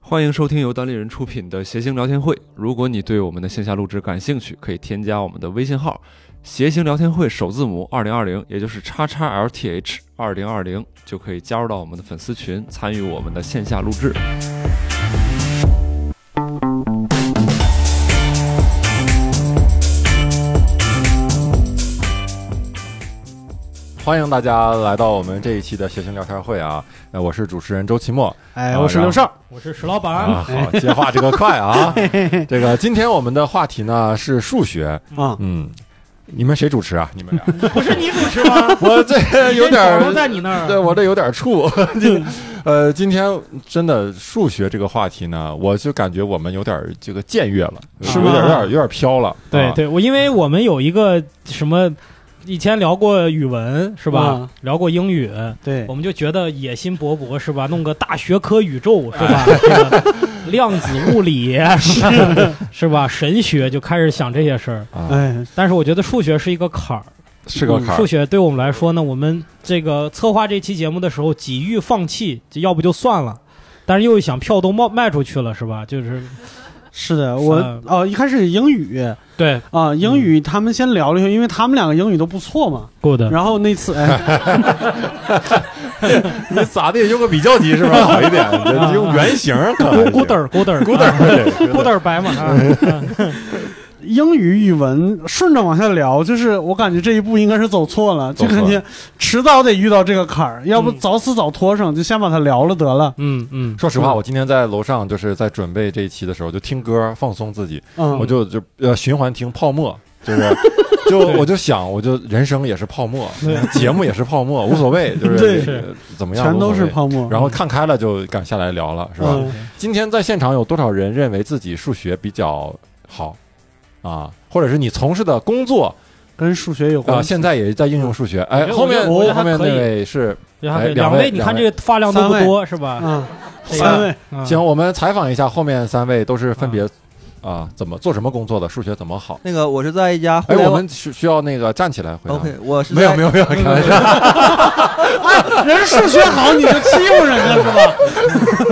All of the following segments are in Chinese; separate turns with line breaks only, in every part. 欢迎收听由单立人出品的《谐星聊天会》。如果你对我们的线下录制感兴趣，可以添加我们的微信号“谐星聊天会”首字母二零二零，也就是叉叉 LTH 二零二零，就可以加入到我们的粉丝群，参与我们的线下录制。
欢迎大家来到我们这一期的谐星聊天会啊！呃，我是主持人周奇墨。
哎，
啊
我是
然后
刘少，
我是石老板
啊，好，接话这个快 啊！这个今天我们的话题呢是数学。
啊，
嗯，你们谁主持啊？你们俩？？
不是你主持吗
我这有点
你这手都在
儿，
你那儿。
对我这有点儿怵。 今呃，今天真的数学这个话题呢，我就感觉我们有点儿这个僭越了，
是
有
吗
点儿有点儿有点儿飘了。
对
啊，
对，我因为我们有一个什么，以前聊过语文是吧
嗯？
聊过英语，
对
我，们就觉得野心勃勃是吧？弄个大学科宇宙是吧？这
啊
个 量子物理是是吧？神学就开始想这些事儿。
啊，
哎，嗯
但是我觉得数学是一个坎儿，
是个坎
数
儿。
学对我们来说呢，我们这个策划这期节目的时候几欲放弃，要不就算了，但是又一想票都卖卖出去了是吧？就是
是的，我
啊
哦，一开始英语
对
啊，英
嗯
语他们先聊了一下，因为他们两个英语都不错嘛。
，good。
然后那次，哎，
你咋的也用个比较级 是吧？好一 点，用原型
啊
儿可能
咕咕嘚儿咕嘚儿
咕嘚儿，对
咕嘚儿白马，啊
英语语文顺着往下聊，就是我感觉这一步应该是走错了，
走
就
错了
感觉迟早得遇到这个坎儿，要不
嗯
早死早拖上，就先把它聊了得了。
嗯嗯，
说实话，我今天在楼上就是在准备这一期的时候，就听歌放松自己，
嗯
我，就就呃循环听《泡沫》，就是 就我就想，我就人生也是泡沫，
对
节目也是泡沫，无所 谓，就
对
是
是
呃怎么样，
全都
无所
是
谓。
泡沫。
然后看开了就敢下来聊了，是吧？
嗯
今天在现场有多少人认为自己数学比较好啊？或者是你从事的工作
跟数学有
啊、
关系，
现在也在应用数学？哎，
我觉得
后面
我觉得
后面
还可以
那位是
然后
哎
这
两
两
位
位，你看这个发量都不多是吧？
嗯，
这个
三位，
嗯
行，，我们采访一下后面三位都是分别啊怎么做什么工作的，数学怎么好？
那个呃我是在一家互
哎，
联
我
网
们需需要那个站起来回答。
，OK，我是
没有没
有，
有没有，开玩笑。
人数学好你就欺负人家是吧？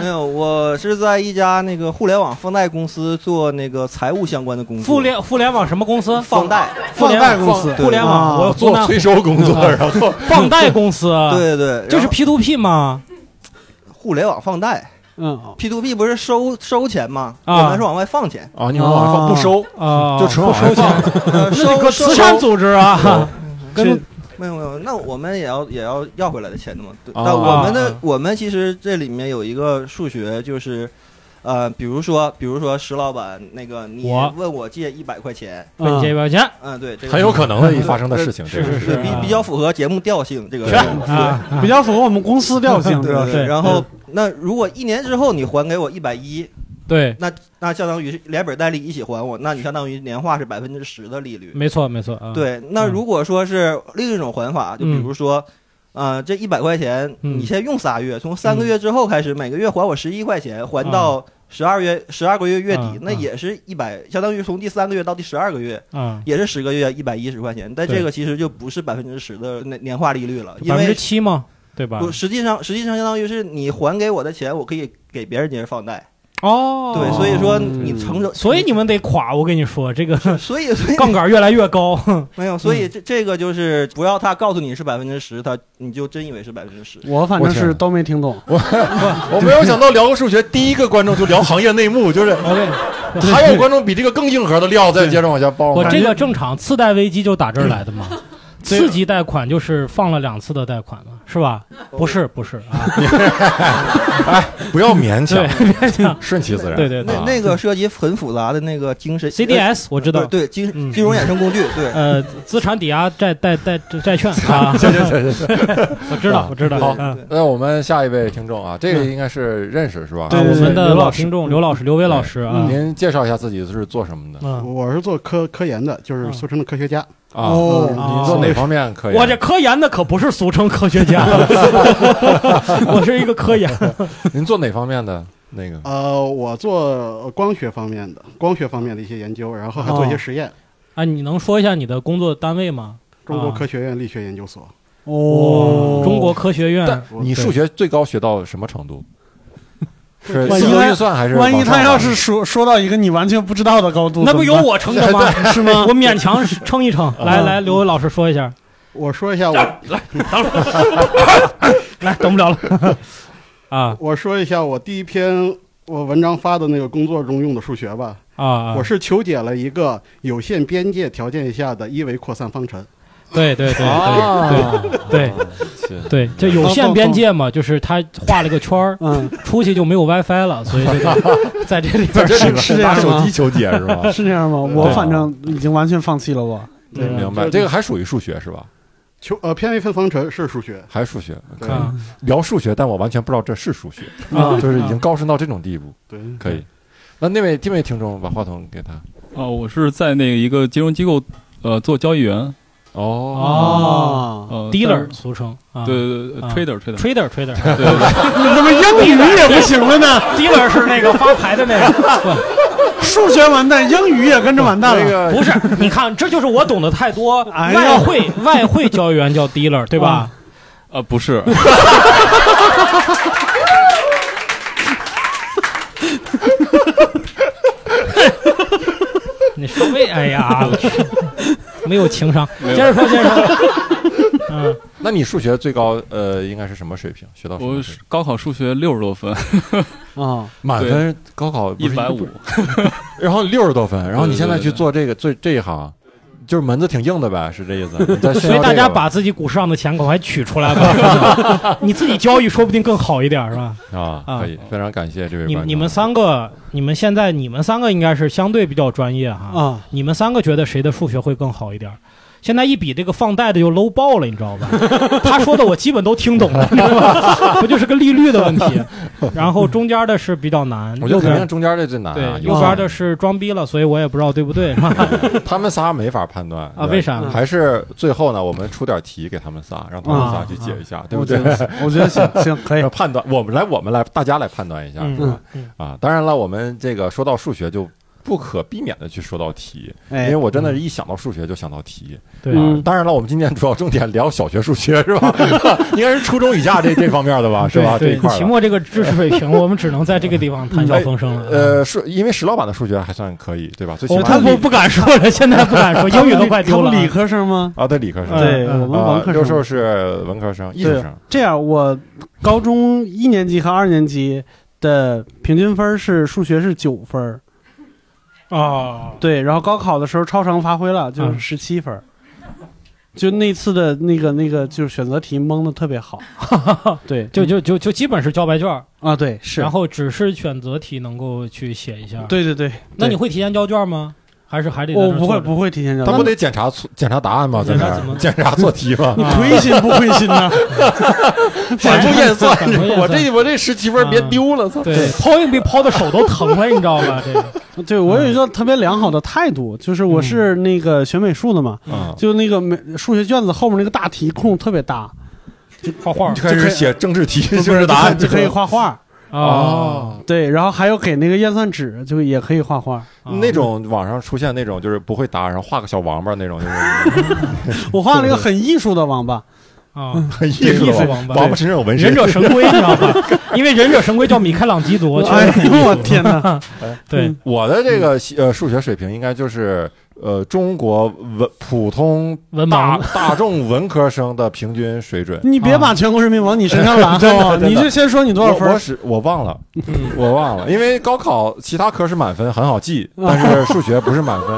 没有，我是在一家那个互联网放贷公司做那个财务相关的工作，
互联互联网什么公司？
放贷，
互联
贷公司
互联
啊
网，我湖
做
南
催收工作，然后
放贷公司，啊
对对对，
就是
然后
P to P 嘛，
互联网放贷
嗯，
，P to P 不是收收钱吗？
啊
我们是往外放钱，
啊，你们往上放不收，
啊，
就纯
不
往
收
外
钱，
放。
呃，收
个
收嗯
慈善组织啊，
跟
跟
没有没有，那我们也要也要要回来的钱的嘛。对
啊
但
哦
我们的、
啊
我们其实这里面有一个数学，就是呃，比如说比如说石老板那个，你
我
问我借一百块钱，
问这
嗯
一百块钱
嗯，对，这个
很有可能的一
对
发生的事情，这
是
个
是
对
是
比
啊
比较符合节目调性，这个
对
是
啊，啊
比较符合我们公司调性，
对
主要
对
是
对。然
嗯
后那如果一年之后你还给我一百一，
对，
那那相当于是连本带利一起还我，那你相当于年化是百分之十的利率。
没错没错啊，
对，那如果说是另一种还法，就比如说。呃，这一百块钱
嗯
你先用仨月，从三个月之后开始，每个月还我十一块钱，还到十二月十二个月月
啊
底，那
啊
也是一百，相当于从第三个月到第十二个月，
啊，
也是十个月一百一十块钱，但
对
这个其实就不是百分之十的年年化利率了，因
百分之
为
七嘛，对吧？
不实际上实际上相当于是你还给我的钱，我可以给别人家放贷，
哦，
对，所以说
嗯
你成长，
所以你们得垮，我跟你说，这个
所以所以
杠杆越来越高，
没有，所
嗯
以这这个就是不要他告诉你是百分之十，他你就真以为是百分之十。
我反
我
正
天
是都没听懂，
我没有想到聊个数学，第一个观众就聊行业内幕，就是
OK，
还有观众比这个更硬核的料，再接着往下
哦
报。
我这个正常，次贷危机就打这儿来 的嘛。次级贷款就是放了两次的贷款嘛，是吧？
哦
不是，不是啊，
哎不要勉强
对，别讲
顺其自然。
对对啊对
那那个涉及很复杂的那个精神
CDS 我知
呃
道，
对金
嗯
金融衍生工 具，对，
呃，资产抵押债贷贷 债券 啊，
行行行行 行，
我知
啊
道，我知道。
好
嗯
啊那我们下一位听众啊，这个应该是认识是吧？
对
啊，我们
刘
的
老
老
师
听众刘老师、刘威老师啊，
您介绍一下自己是做什么的
嗯，
我是做科科研的，就是
嗯
俗称的科学家。
啊？
哦
您做哪方面可以？
我这科研的可不是俗称科学 家， 我是一个科研。
您做哪方面的那个？
呃，我做光学方面的，光学方面的一些研究，然后还做一些
哦
实验。
啊，你能说一下你的工作单位吗？
中国
啊
科学院力学研究所，
哦中国科学院
但你数学最高学到什么程度？是
万一
四则
他
运算还是
万一
往上
他要
往
是说说到一个你完全不知道的高度，
那不
怎
有
么办
我撑的吗？
是吗？
我勉强撑一撑。来来，刘老师说一下，
我说一下我，
来，等不了了 啊
我说一下我第一篇我文章发的那个工作中用的数学吧。
啊！啊
我是求解了一个有限边界条件下的一维扩散方程。
对对对
哦
啊
对对
哦
是
对对，就有限边界嘛，就是他画了个圈儿，
嗯，
出去就没有 WiFi 了，所以这 个在这里边儿
是是这样
拿手
吗
机求解是吧？ 嗯
是这样吗？我反正已经完全放弃了我。
嗯对
明白，这个还属于数学是吧？
求呃偏微分方程是数学，
还是数学，可
对
以
啊
聊数学，但我完全不知道这是数学，
啊，
就是已经高深到这种地步，
对，
可以。那那位这位听众把话筒给他。
啊，我是在那个一个金融机构呃做交易员，
哦，
哦
呃
，dealer 俗称啊，
但是对对
啊
对，trader trader，
，trader trader
对对对
你怎么英语也不行了呢？
dealer 是那个发牌的那个，
数学完蛋，英语也跟着完蛋
那
了。
个
不是，你看，这就是我懂得太多。
哎呀
外汇 外汇交易员叫 dealer，对
嗯
吧？
呃
啊不 是，
你稍 微，哎呀，我去没有情商。接着说，接着 说。嗯，
那你数学最高呃应该是什么水平？学到什么
我
水平
高考数学六十多分，
啊，
满
对
分高考不
一
是
百五
不， 然后六十多分，然后你现在去做这个做这一行，就是门子挺硬的呗，是这意思。你在炫
所以
耀
大
这
家
个吧
把自己股市上的钱赶快取出 来吧，你自己交易说不定更好一点，是吧？
啊，
啊
可以，非常感谢这位
你
观众
你们三个，你们现在你们三个应该是相对比较专业哈。
啊，
你们三个觉得谁的数学会更好一点？现在一比这个放贷的就 low 爆了，你知道吧？他说的我基本都听懂了，你知道吧？不就是个利率的问题？然后中间的是比较难，
我觉得
右
肯
边
定中间这最难啊，
对，右边的是装逼了，所以我也不知道对不对，是吧？
有他们仨没法判断
啊，为？啥
对
呢？
还是最后呢，我们出点题给他们仨，让他们仨去解一下，对不对？
我觉得行行可以
要。判断，我们来，我们来，大家来判断一下，
嗯
是吧？
嗯
啊，当然了，我们这个说到数学就。不可避免的去说到题，因
哎
为，我真的是一想到数学就想到题。
对
啊，当然了，我们今天主要重点聊小学数学是吧？应该是初中以下这这方面的啊吧，是吧？这
对
一块
对，
儿
期
的。
末这个知识水平，我们只能在这个地方谈笑风生了。
呃，数，因为石老板的数学还算可以，对吧？最起
我
码
他不不敢说了，现在不敢说，英语都快丢了
他。们理科生吗？哎
啊，对理科生，
嗯
对，我们
啊
文，科
六兽
生。
是文科生，艺术
对
生，，
这样我高中一年级和二年级的平均分是数学是九分儿，
哦，
对，然后高考的时候超常发挥了，就是
嗯
十七分儿。就那次的那个那个，就是选择题蒙的特别好，对，
就就就就基本是交白卷儿，
啊对是，
然后只是选择题能够去写一下。，
对对对，
那你
对
会提前交卷吗？还是还得在那
我
儿
不会
坐着
不会提前交
他
卷，
不得检查错检查答案吗？在
检查
那
怎
儿
么
检查做题吗
你？
啊
亏心不亏心呢？
反复验算
反复验，算
我这我这十七分别
啊
丢了， 操！
对，抛硬币抛的手都疼了，你知道吧？这个嗯
对我有一个特别良好的态度，就是我是那个学美术的嘛，
嗯，
就那个美数学卷子后面那个大题空特别大，
画画儿
就开始写政治题，
不
就是是答案
就可以画画。
啊，
哦。
对，然后还有给那个验算纸，就也可以画画。
那种网上出现那种就是不会答，然后画个小王八那种，就是
我画了一个很艺术的王八，
啊，
很艺术
艺术
的
王八
王八身上有纹身
忍，者神龟，你知道吧？ 因为忍者神龟叫米开朗基罗，确
哎
实很
呦我
艺术
天哪！
对
嗯，
我的这个呃数学水平应该就是呃中国文普通
文
大
盲
大众文科生的平均水准。
你
啊
别把全国人民往你身上 揽，好不好？你就先说你多少分
我我
儿。
是我忘了，我忘了，因为高考其他科是满分，很好 记，但是数学不是满分。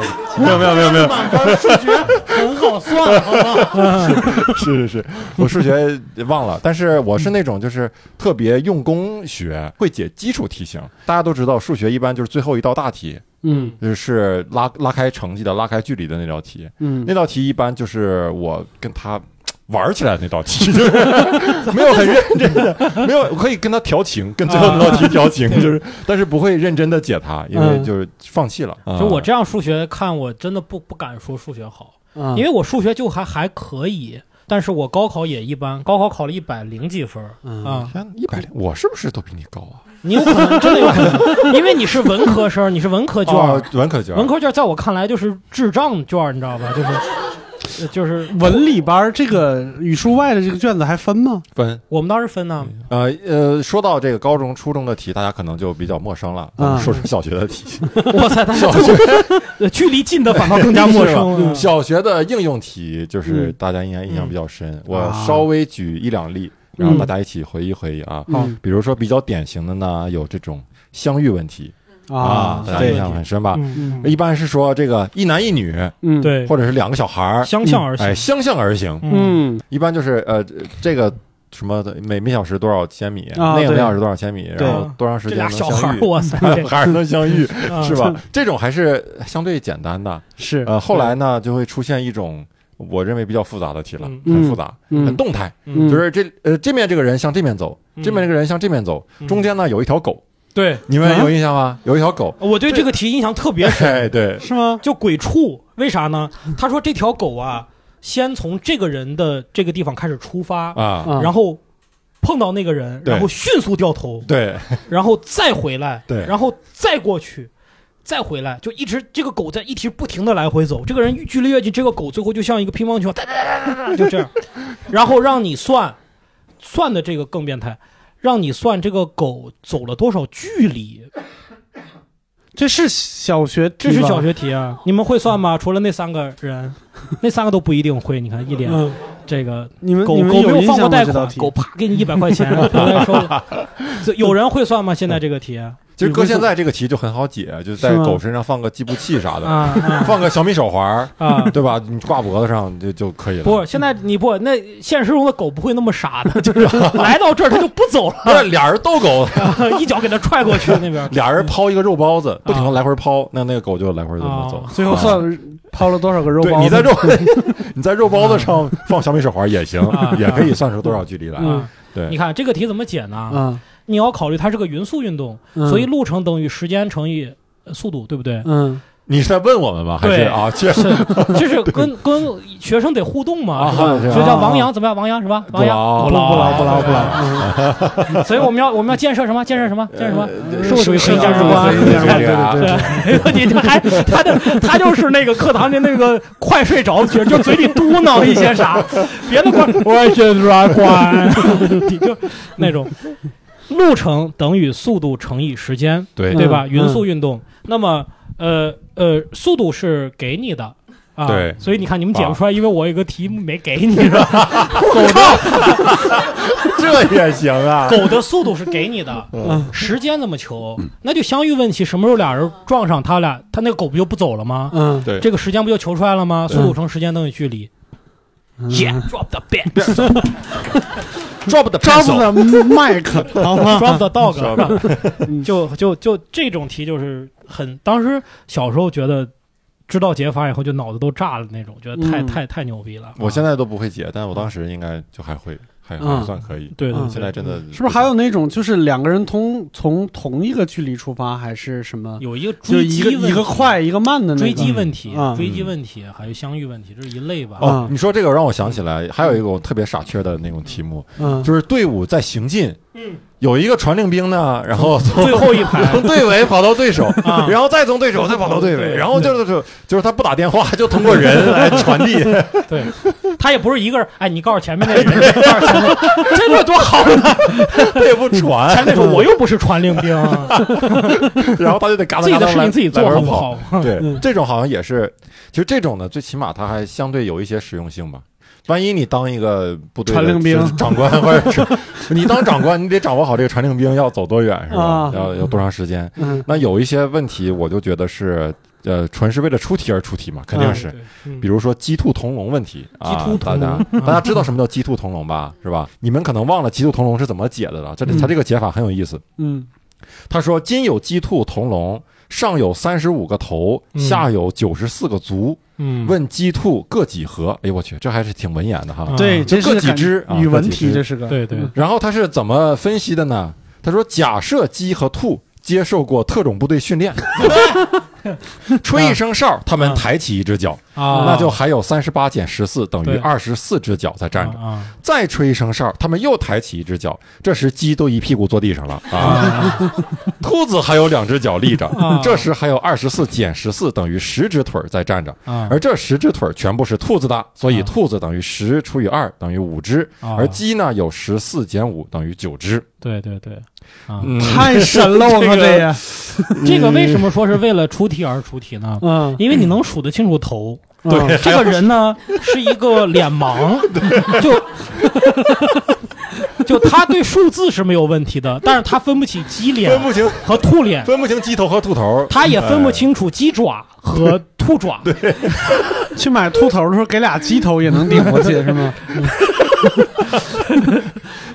没有没有没有没有，
很好算，好不好？
是是是，我数学忘了，但是我是那种就是特别用功学，会解基础题型。大家都知道，数学一般就是最后一道大题，
嗯
就是拉拉开成绩的、拉开距离的那道题。
嗯
那道题一般就是我跟他玩起来的那道 题， 就是没有很认真的，没有我可以跟他调情，跟最后那道题调情，就是但是不会认真的解它，因为
嗯
就是放弃了。啊
就我
这
这样数学看，我真的不不敢说数学好，
啊
因为我数学就还还可以，但是我高考也一般，高考考了一百零几分儿
嗯
啊，
天一百零，我是不是都比你高啊？
你有可能真的有可能，因为你是文科生，你是文科卷儿，
哦文科卷，
文科卷儿在我看来就是智障卷儿，你知道吧？就是就是
文里边儿这个语数外的这个卷子还分吗？
分
我们当时分呢，
呃呃，说到这个高中、初中的题，大家可能就比较陌生了。
嗯
说说小学的题，。
啊 哇塞，但是呃 距离近的反倒更加陌生了 嗯
小学的应用题就是
嗯
大家应该印象比较深。我
啊
稍微举一两例，然后大家一起回忆回忆啊。
嗯
比如说比较典型的呢，有这种相遇问题
啊，
大家印象很深吧？
嗯，
一般是说这个一男一女，
嗯，，
对，
或者是两个小孩儿，
相向而
哎，
行。
相向而行。
嗯，
嗯
一般就是呃，这个什么的每每小时多少千米，
啊
那个
对
每小时多少千米，
对
然后多长时
这
间
俩
能
小孩
相
儿，
遇？
哇塞，这
还是能相遇，
啊
是吧？这种还是相对简单的。
是
呃，后来呢，就会出现一种我认为比较复杂的题了，
嗯
很复杂，
嗯
很动态，
嗯
就是这呃这面这个人向这面走，
嗯
这面这个人向这面走，中间呢有一条狗，
对，
你们有印象吗？有一条狗，
啊我对这个题印象特别 深，
哎，对，
是吗？
就鬼畜，为啥呢？他说这条狗啊，先从这个人的这个地方开始出发，
啊，
啊
然后碰到那个人，
对
然后迅速掉头，
对，
然后再回来，
对
然后再过去。再回来，就一直这个狗在一直不停的来回走，这个人距离越近，这个狗最后就像一个乒乓球，哒哒哒哒哒，就这样，然后让你算，算的这个更变态，让你算这个狗走了多少距离，
这是小学，
这是小，学题啊！你们会算吗？除了那三个人，那三个都不一定会。你看一脸、
嗯，
这个
你们
狗
你
狗
们
没有
印
放
象吗
过贷
这道
款，
题
狗啪给你一百块 钱，回来收了。 这有人会算吗？现在这个题啊
其实搁现在这个题就很好解，啊就是在
是吗
狗身上放个计步器啥的，
啊
放个小米手环儿，
啊！
对吧？你挂脖子上就就可以了。
不，现在你不那现实中的狗不会那么傻 的，就是来到这儿它就不走
不是俩人逗狗，
了，一脚给它踹过去那边。
俩人抛一个肉包子，不停的来回抛，那那个狗就来回这么走
啊。
最后算抛了多少个肉
对，
包？
你 在肉，你在肉包子上放小米手环也行
啊，
也可以算出多少距离来。
啊，
对
你看这个题怎么解呢？
嗯
啊，
你要考虑它是个匀速运动，
嗯
所以路程等于时间乘以呃速度，对不对？
嗯
你是在问我们吗？还是
对
啊？确实
是， 就是跟跟学生得互动嘛，
啊
是吧？
是啊
就叫王阳怎么样？王阳是吧？王阳
不
劳
劳
不
不劳
不嗯劳。对所以我们要我们要建设什么？建设什么？建设什么？社会主义
是
黑
是
价值观。
是是是
对对对，
对，你这还他的他就是那个课堂的那个快睡着觉，就嘴里嘟囔一些啥，别的管我也是软管，你就那种路程等于速度乘以时间，
对
对吧？
嗯
匀速运动，那么呃呃，速度是给你的。啊，
对
所以你看，你们解
啊
不出来，因为我有个题目没给你，是吧？
这也行啊。嗯
狗的嗯速度是给你的，时间怎么求？那就相遇问题，什么时候俩人撞上，他俩他那个狗不就不走了吗？
嗯
对
这个时间不就求出来了吗？
对嗯
速度乘时间等于距离。Yeah, drop the bat,
Drop the
，drop
pencil
the mic，好吗？
drop the dog，
是
是 吧就就就这种题就是很，当时小时候觉得知道解法以后就脑子都炸了那种，觉得太
嗯
太太牛逼了。
我现在都不会解，但我当时应该就还会，还还算可以。
对对
嗯
现在真的是
是不是还有那种就是两个人同从同一个距离出发，还是什么？
有一个
就
追
一
击
个
问题
一个快一个慢的那
追
个
击问题
嗯，
追击问题，还有相遇问题，这是一类吧？
哦
啊？
你说这个让我想起来，还有一个我特别傻缺的那种题目，
嗯，
就是队伍在行进，
嗯，
有一个传令兵呢，然后从
最后一排
从队尾跑到对手，
啊
然后再从对手再跑到队尾，
对
然后就是就是就是他不打电话，就通过人来传递。
对，他也不是一个人，哎，你告诉前面那人，你告诉前面，这就多好呢。
他也不传，
前面说我又不是传
嗯
令兵，
然后他就得嘎
自
哒嘎
己的
哒
事情
来
自己做
来
好
回
不
跑。
好？ 嗯
对，这种好像也是，其实这种呢，最起码它还相对有一些实用性吧。万一你当一个部队的
传令兵
是长官， 或者是你当长官，你得掌握好这个传令兵要走多远是吧
啊？
要要多长时间？
嗯
那有一些问题，我就觉得是呃，纯是为了出题而出题嘛，肯定是。
嗯
比如说鸡兔同笼问题啊，
鸡兔同笼
大 家大家知道什么叫鸡兔同笼吧？是吧？你们可能忘了鸡兔同笼是怎么解的了。这里
嗯
他这个解法很有意思。
嗯
他说：“今有鸡兔同笼，上有三十五个头，
嗯
下有九十四个足。
嗯
问鸡兔各几何？”哎呦我去，这还是挺文言的哈。
啊
对，这
各
是
几只啊
语
各
文
几
题，
只
这是个
对对
嗯
然后他是怎么分析 的呢？他说：“假设鸡和兔接受过特种部队训练，吹一声哨，他们抬起一只脚，
啊，
那就还有三十八减十四等于
对
二十四只脚在站着。
啊
再吹一声哨，他们又抬起一只脚，这时鸡都一屁股坐地上了
啊
啊！ 兔子还有两只脚立着
啊，
这时还有二十四减十四等于十只腿儿在站着，
啊，
而这十只腿儿全部是兔子的，所以
啊
兔子等于十除以二等于五只，
啊
而鸡呢有十四减五等于九只。
对对对啊，
嗯，
太神了，我靠，这也，
这个为什么说是为了出题而出题呢？
嗯，
因为你能数得清楚头，
对，
这个人呢是一个脸盲，就就他对数字是没有问题的，但是他分不起鸡
分
脸
不清，
和兔脸，
分不清鸡头和兔头。
他也分不清楚鸡爪和兔爪。
去买兔头的时候给俩鸡头也能顶过去是 吗？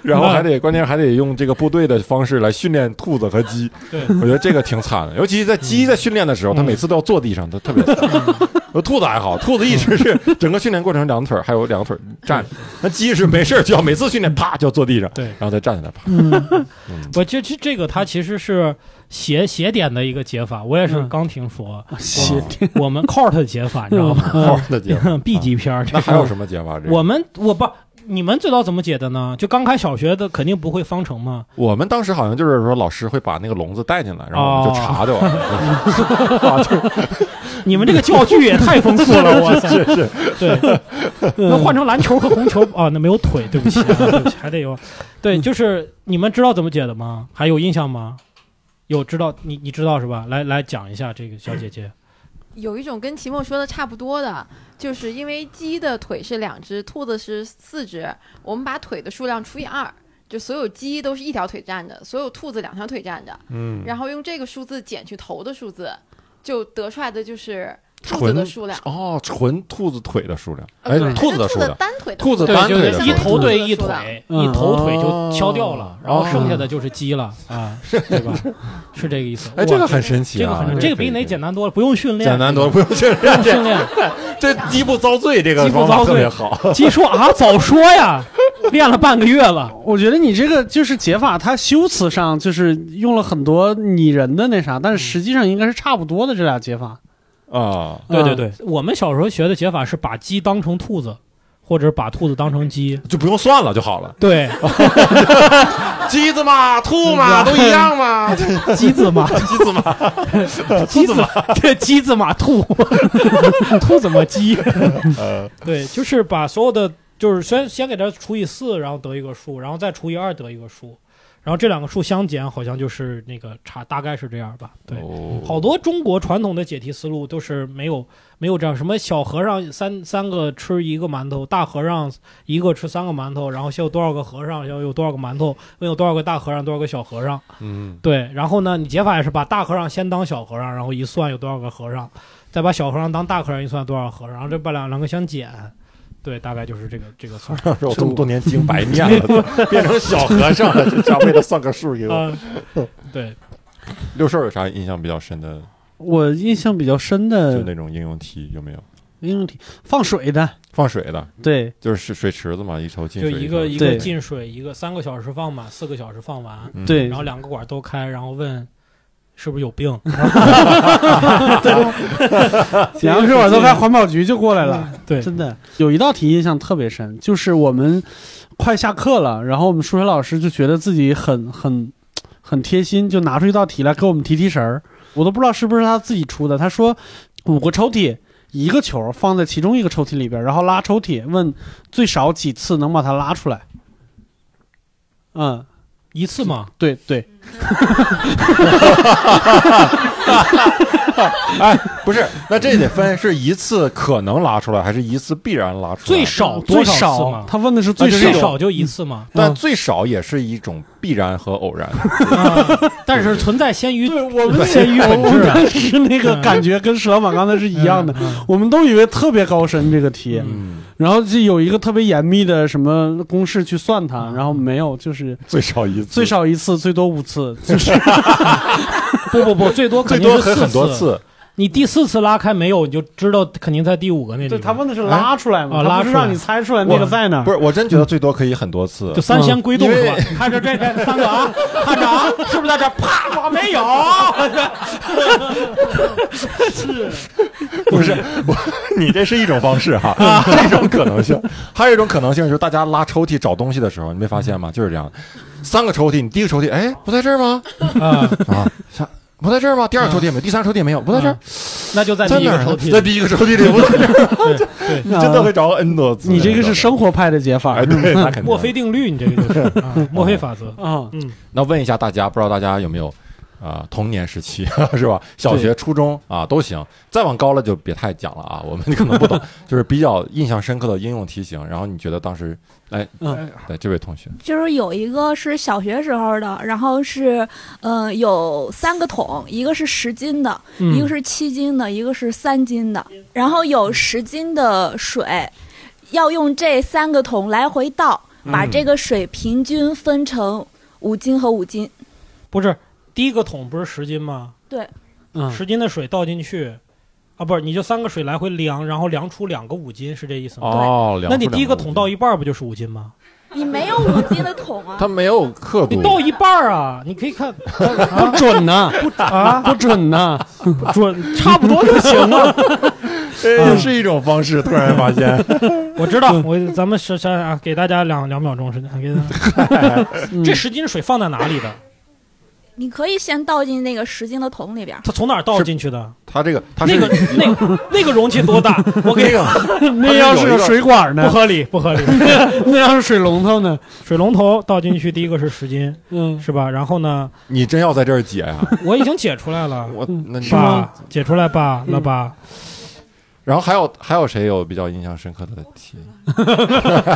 然后还得，关键还得用这个部队的方式来训练兔子和鸡。
对嗯
我觉得这个挺惨的，尤其在鸡在训练的时候，它每次都要坐地上，它特别 惨。呃兔子还好，兔子一直是整个训练过程两腿儿还有两个腿儿站着，那鸡是没事儿就要每次训练啪就要坐地上，
对
然后再站起来啪。
我这这这个它其实是斜斜点的一个解法，我也是
嗯
刚听说，
斜
我们 cort 解法，你知
嗯
道吗
好的解法
？B 级片儿，这
那
个
还有什么解法？这个
我们我不。你们最早怎么解的呢？就刚开小学的肯定不会方程嘛，
我们当时好像就是说，老师会把那个笼子带进来，然后我们就
哦
查就完了。
你们这个教具也太丰富 了，我操！是
是
对， 那换成篮球和红球啊，那没有腿，对不起，啊对不起，还得有。对，
嗯
就是你们知道怎么解的吗？还有印象吗？有知道你你知道是吧？来来讲一下这个小姐姐。
有一种跟齐墨说的差不多的，就是因为鸡的腿是两只，兔子是四只，我们把腿的数量除以二，就所有鸡都是一条腿站着，所有兔子两条腿站着，
嗯，
然后用这个数字减去头的数字，就得出来的就是兔子
纯
的数量。
哦，纯兔子腿的数量，
呃
哎，
对
兔子的
就
数
兔子
量，
单腿的
兔子
对，
单
就
腿
是
的数
一
量。哦
头对一
数
腿
量，
嗯
一头腿就敲掉了，然后剩下的就是鸡了 啊，对吧？是这个意思。
哎，这个
哇
很神奇
这个
啊，
很这个比哪简单多了，不用训练，
简单多，了，不用这
不用训练。
这饥不遭罪，这个
饥不
方法
遭
特
罪
别好。
鸡说啊，早说呀，练了半个月了。
我觉得你这个就是解法，它修辞上就是用了很多拟人的那啥，但是
嗯
实际上应该是差不多的这俩解法。
啊，
对对对，我们小时候学的解法是把鸡当成兔子，或者把兔子当成鸡。
就不用算了就好了。
对，
鸡子嘛，兔嘛，都一样嘛。
鸡 字马，鸡字马，鸡字马， 对，鸡字马兔，
哦
兔怎么鸡？
呃，
对，就是把所有的，就是先先给它除以四，然后得一个数，然后再除以二得一个数，然后这两个数相减，好像就是那个差，大概是这样吧。对，
嗯
好多中国传统的解题思路都是没有没有这样，什么小和尚三三个吃一个馒头，大和尚一个吃三个馒头，然后先有多少个和尚，要有多少个馒头，问有多少个大和尚，多少个小和尚。
嗯，
对，然后呢，你解法也是把大和尚先当小和尚，然后一算有多少个和尚，再把小和尚当大和尚一算多少和尚，然后这把两两个相减，对，大概就是这个这个算法。
我 这么多年经白念 了，变成小和尚了，这为了算个数给我。
啊、对，
六兽有啥印象比较深的？
我印象比较深
就
的
那种应用题有没有？
应用题，放水的，
放水的，
对，
就是水池子嘛，一头进
就
水，
一个一
对
个进水，一个三个小时放满，四个小时放完，
嗯
对
然后两个管都开，然后问是不是有病？
然后是我都开环保局就过来了。
嗯对，
嗯真的有一道题印象特别深，就是我们快下课了，然后我们数学老师就觉得自己很很很贴心，就拿出一道题来给我们提提神儿。我都不知道是不是他自己出的，他说五个抽屉。一个球放在其中一个抽屉里边，然后拉抽屉，问最少几次能把它拉出来？嗯，
一次嘛，
对 对，
哎不是，那这得分是一次可能拉出来，还是一次必然拉出来？
最少
最
多少次
少
嘛？
他问的是
啊
最
就
少
是
最少嗯就一次嘛，
但最少也是一种必然和偶然。
啊但是存在先于
对，
啊
我
对
们
先于
我
本质啊
们是那个感觉跟石老板刚才是一样的，
嗯
我们都以为特别高深这个题，
嗯，
然后就有一个特别严密的什么公式去算它，然后没有，就是
嗯最少一次，
最少一次，最多五次，就是
不不不，最多
最
肯定
多
是
可以
四
很多次，
你第四次拉开没有，你就知道肯定在第五个那里
对
边。
他问的是拉出来嘛，
啊
他
拉
不
出
是
来
让你猜出来那个在哪儿
不。是，我真觉得最多可以很多次
就。三弦归洞是吧
嗯因？
看着这这三个啊，看着啊，是不是在这儿啪？我没有，
不是，我你这是一种方式 哈，这种可能性。还有一种可能性就是大家拉抽屉找东西的时候，你没发现吗？就是这样，三个抽屉，你第一个抽屉，哎，不在这儿吗？
啊，
啊，下不在这儿吗？第二个抽屉也没有，第三个抽屉也没有，不在这儿，
那啊就在
在
第一
哪
个
儿
抽
呢？
屉
在
里。
第一个抽屉里，不在这儿。你真的会找 N 多次。
你这个是生活派的解法嗯
哎，
是吗
对，那肯定。
墨菲定律，你这个就是啊墨菲法则。
啊，
嗯，
那问一下大家，不知道大家有没有啊、呃童年时期是吧？小学、初中啊都行，再往高了就别太讲了啊，我们可能不懂，就是比较印象深刻的应用题型。然后你觉得当时，哎，
嗯
对这位同学，
就是有一个是小学时候的，然后是，嗯、有三个桶，一个是十斤的，一个是七斤的，一个是三斤的，然后有十斤的水，要用这三个桶来回倒，把这个水平均分成五斤和五斤。
不是第一个桶不是十斤吗？
嗯，
十斤的水倒进去，啊，不是，你就三个水来回量，然后量出两个五斤，是这意思吗？
哦，
那你第一个桶倒
一，
一半儿不就是五斤吗？
你没有五斤的桶啊
他？没有刻
你
度，
倒一半儿啊，你可以看
不准呐，啊，不准呐，
准差不多就 行了。嗯
这哎也是一种方式。突然发现，
我知道，
嗯
我咱们是想想啊，给大家两两秒钟时间，给大家
嗯
这十斤水放在哪里的？
你可以先倒进那个十斤的桶里边儿。
它从哪儿倒进去的？
他这个他是
那个 那个那个容器多大？我给
那
你
个
那要是个水管
不
呢？
合理，不合 理。
那要是水龙头呢？
水龙头倒进去，第一个是十斤，
嗯，
是吧？然后呢，
你真要在这儿解啊呀、
我已经解出来了，
我
嗯
那你嗯
是吧？解出来吧，了吧？
然后还有还有谁有比较印象深刻的 题？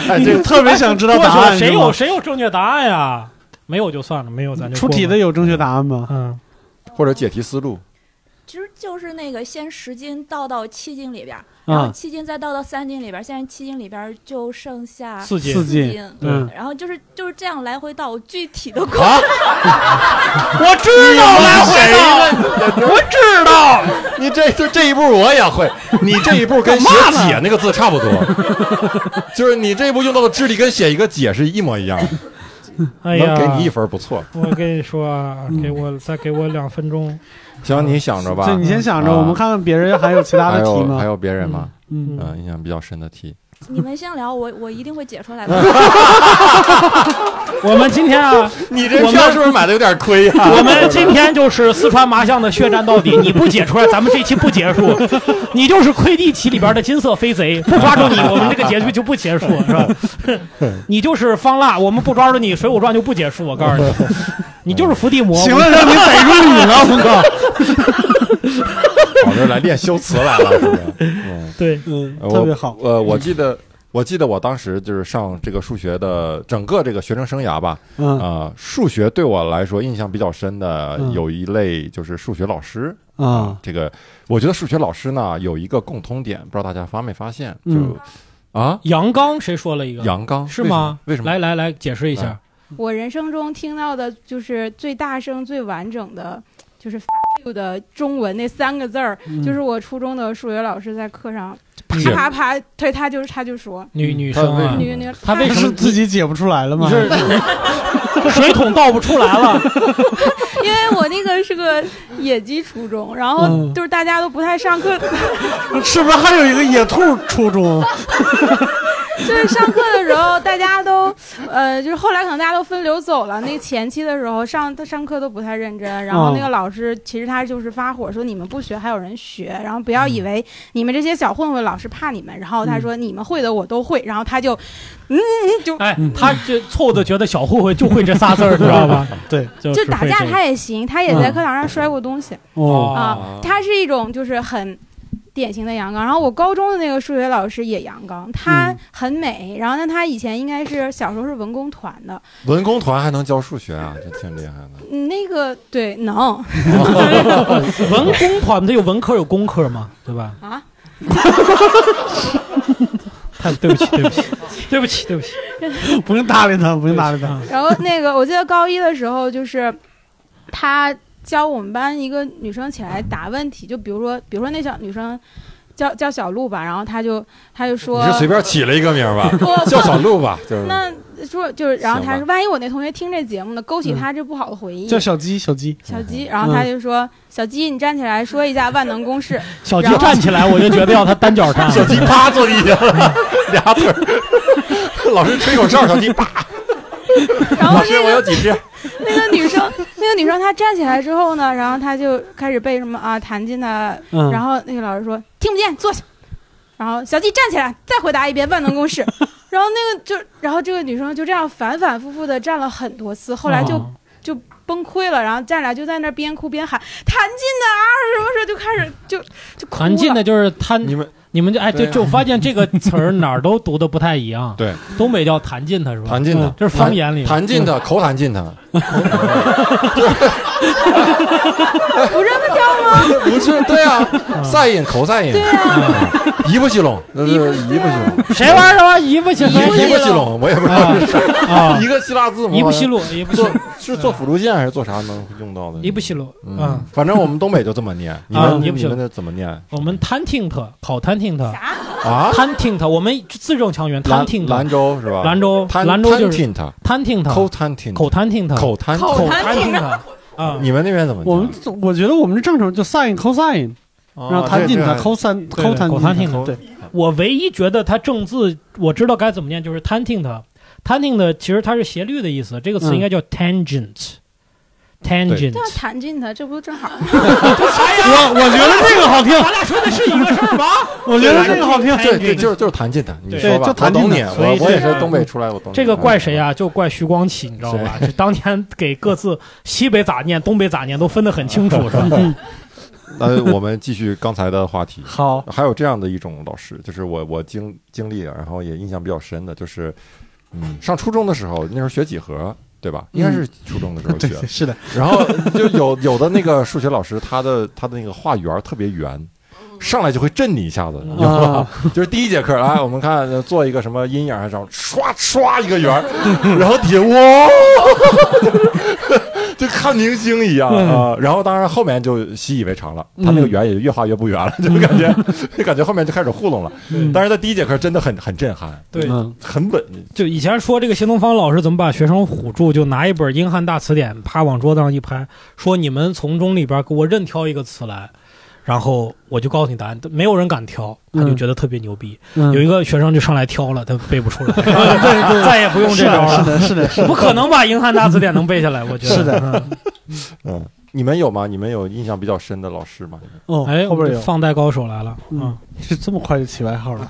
哎
你特别想知道
或者
答案
说
是
谁有
吗？
谁有正确答案呀？没有就算了，没有咱就
出
过
题
吧
的。有正确答案吗？
嗯，
或者解题思路？
其实就是那个先十斤倒到七斤里边儿，然后
啊，
七斤再倒到三斤里边儿，现在七斤里边儿就剩下
四斤
四
四斤
斤
嗯，
然后就是就是这样来回倒，我具体的过
啊！我知道来回道，我知 道。你这就这一步我 也会，你这一步跟写“解”那个字差不多，就是你这一步用到的智力跟写一个“解”是一模一样，
哎呀，
能给你一分不错。
我跟你说啊，
嗯
给我再给我两分钟。
行，你想着吧
这。你先想着，
啊
我们看看别人还有其他
还
的题
有还
吗？
有别人吗？
嗯，
嗯，印象比较深的题，
你们先聊，我我一定会解出来的。
我们今天啊，
你
这票
是不是买的有点亏啊呀？
我们 今天就是四川麻将的血战到底，你不解出来，咱们这期不结 束。你就是魁地奇里边的金色飞贼，不抓 住你，我们这个结局就不结束，是吧？你就是方腊，我们不抓住你，《水浒传》就不结束。我告 诉你，你就是伏地魔。
行了，让你逮住你了，我靠！
我这来练修辞来了，是不是？嗯。
对，
嗯，
呃
特别好。
我呃，我记得，我记得我当时就是上这个数学的整个这个学生生涯吧，
嗯
啊，数学对我来说印象比较深的
嗯
有一类就是数学老师
啊，
这个我觉得数学老师呢有一个共通点，不知道大家发没发现？
嗯
就啊，
杨刚谁说了一个？
阳刚
是吗？
为什么？啊
来来来，解释一下。
我人生中听到的就是最大声、最完整的，就是“的中文那三个字儿，就是我初中的数学老师在课上啪
是
啪啪，对他就是他就说
女
嗯
女生
他为什
啊
么，
女女，
他为
那
什么
是自己解不出来了吗
你？是 水桶倒不出来了，
因为我那个是个野鸡初中，然后
嗯
就是大家都不太上课，
是不是还有一个野兔初中？
就是上课的时候大家都呃，就是后来可能大家都分流走了。那前期的时候上上课都不太认真，然后那
嗯
个老师其实他就是发火说你们不学还有人学，然后不
嗯
要以为你们这些小混混老师怕你们。然后他说你们会的我都会，然后他就嗯就。
哎，他这凑的觉得小混混就会这仨 字儿，你知道吧？
对，
就
就
只
打
会
架
这个
他也行，他也在课堂上摔过东西。
嗯哦，
啊，他是一种就是很典型的阳刚。然后我高中的那个数学老师也阳刚，他
嗯
很美。然后呢，他以前应该是小时候是文工团的，
文工团还能教数学啊，这挺厉害的。
嗯那个对能
文工团它有文科有工科嘛，对 吧？
啊，
太对不起，对不起，对不起，对 不起。
不用搭理他，不用搭理他。
然后那个我记得高一的时候就是他。教我们班一个女生起来答问题，就比如说，比如说那小女生叫叫小鹿吧，然后她就她就说
你是随便起了一个名儿吧
我，
叫小鹿吧，就是
那说就是，然后他
行
说，万一我那同学听这节目呢，勾起
嗯
他这不好的回忆。
叫小鸡，小鸡，
小鸡，然后他就说：“小鸡，你站起来说一下万能公式。”
小鸡
然后
站起来，我就觉得要他单脚站。
小鸡啪坐地 下，俩腿儿，老师吹口哨，小 鸡啪。老师，我有几只？
那个女生， 那个女生她站起来之后呢，然后她就开始背什么啊，弹吉他，
嗯
然后那个老师说听不见，坐下。然后小鸡站起来，再回答一遍万能公 式。然后那个就，然后这个女生就这样反反复复的站了很多次，后来就、
哦
就崩溃了，然后站起来就在那儿边哭边喊弹进的啊什么时候就开始 就就哭啊
弹进啊的
了。
就是他，你
们
你们就哎，
对
就
啊
就发现这个词儿哪儿都读的不太一样。
对，
东北叫弹进他是吧？
弹进的
嗯，这是方言里嗯
弹进 的，口弹进 的，
不这么叫吗？
不是对
嗯
啊，赛音口赛音，对啊，一不西龙，那是一不西龙，
谁玩儿的玩一不起
一一不西龙，我也不知道是
啊
啥， 一个希腊字母，哎
一不西路，一不西
做是做辅助键还是做啥能用到的？
一不西路，嗯
嗯，，反正我们东北就这么念，你
啊
们
一不
你
西
们
龙
这怎么念
我们弹听他，考弹听他，
啊？
弹听他，我们字正腔圆，弹
兰
听他
兰，州是吧？
兰州，
摊
兰州就
摊
是
听它，
弹听他，
口摊听它，
口弹听他，
口摊听它，
口
口弹
听
听
他啊，
你们那边怎么念？
我们我觉得我们这正常就 sin cosine，
啊
然后弹进
这
它
这
cosine
对对
cosine
口弹进它
哦对，
我唯一觉得它正字我知道该怎么念，就是弹听它，弹听的其实它是斜率的意思，这个
嗯
词应该叫 tangent。tangent，
对啊，弹进的，这不正 好吗？
我我觉得这个好听，
咱俩说的是一个事儿吧？
我觉得这个好听，
对对，就是就是弹进它，你
对
说吧
就，
我
弹
懂
进
你，
它
所
我
以
我也
这
是东北出来，我懂你。
这个怪谁啊？就怪徐光启，你知道吧？这当年给各自西北咋念、东北咋念都分得很清楚，是吧？
那我们继续刚才的话题。
好，
还有这样的一种老师，就是我我经经历，然后也印象比较深的，就是嗯，上初中的时候，那时候学几何，对吧？应该是初中的时候学
嗯 对，是的，
然后就有有的那个数学老师，他的他的那个画圆儿特别圆，上来就会震你一
啊
下子，你知道吧？就是第一节课来，我们看呃做一个什么阴影儿，然后唰唰一个圆儿， 然后底下哇， 就看明星一样
嗯
啊、然后当然后面就习以为常了，他
嗯
那个圆也就越画越不圆了，就感觉 就感觉后面就开始糊弄了。但是在第一节课真的很很震撼，
嗯对，
嗯，
很稳。
就以前说这个新东方老师怎么把学生唬住，就拿一本英汉大词典，啪往桌子上一拍，说你们从中里边给我任挑一个词来，然后我就告诉你答案。没有人敢挑，他就
嗯
觉得特别牛逼。
嗯
有一个学生就上来挑了，他背不出来，
对对
再也不用这
是
招
的，是
了。
的，是的，是的
不可能把英汉大词典能背下来，我觉得
是的
嗯
嗯，你们有吗？你们有印象比较深的老师吗？
哦，
哎，
后边有，
放贷高手来了，嗯
嗯，这这么快就起外号 了，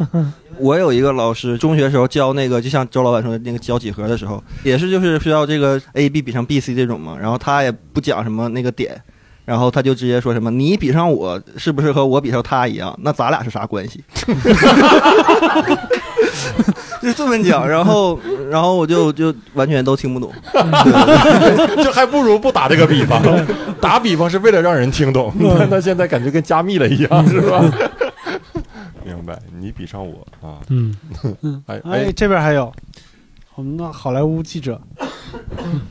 我有一个老师，中学时候教那个，就像周老板说的那个教几何的时候，也是就是需要这个 a b 比上 b c 这种嘛，然后他也不讲什么那个点，然后他就直接说什么你比上我是不是和我比上他一样？那咱俩是啥关 系？ 就这么讲，然后然后我就就完全都听不懂。
这还不如不打这个比方，打比方是为了让人听懂。
嗯
那那现在感觉跟加密了一样，是吧？明白，你比上我啊！
嗯，
哎
哎，
哎，
这边还有我们的好莱坞记者，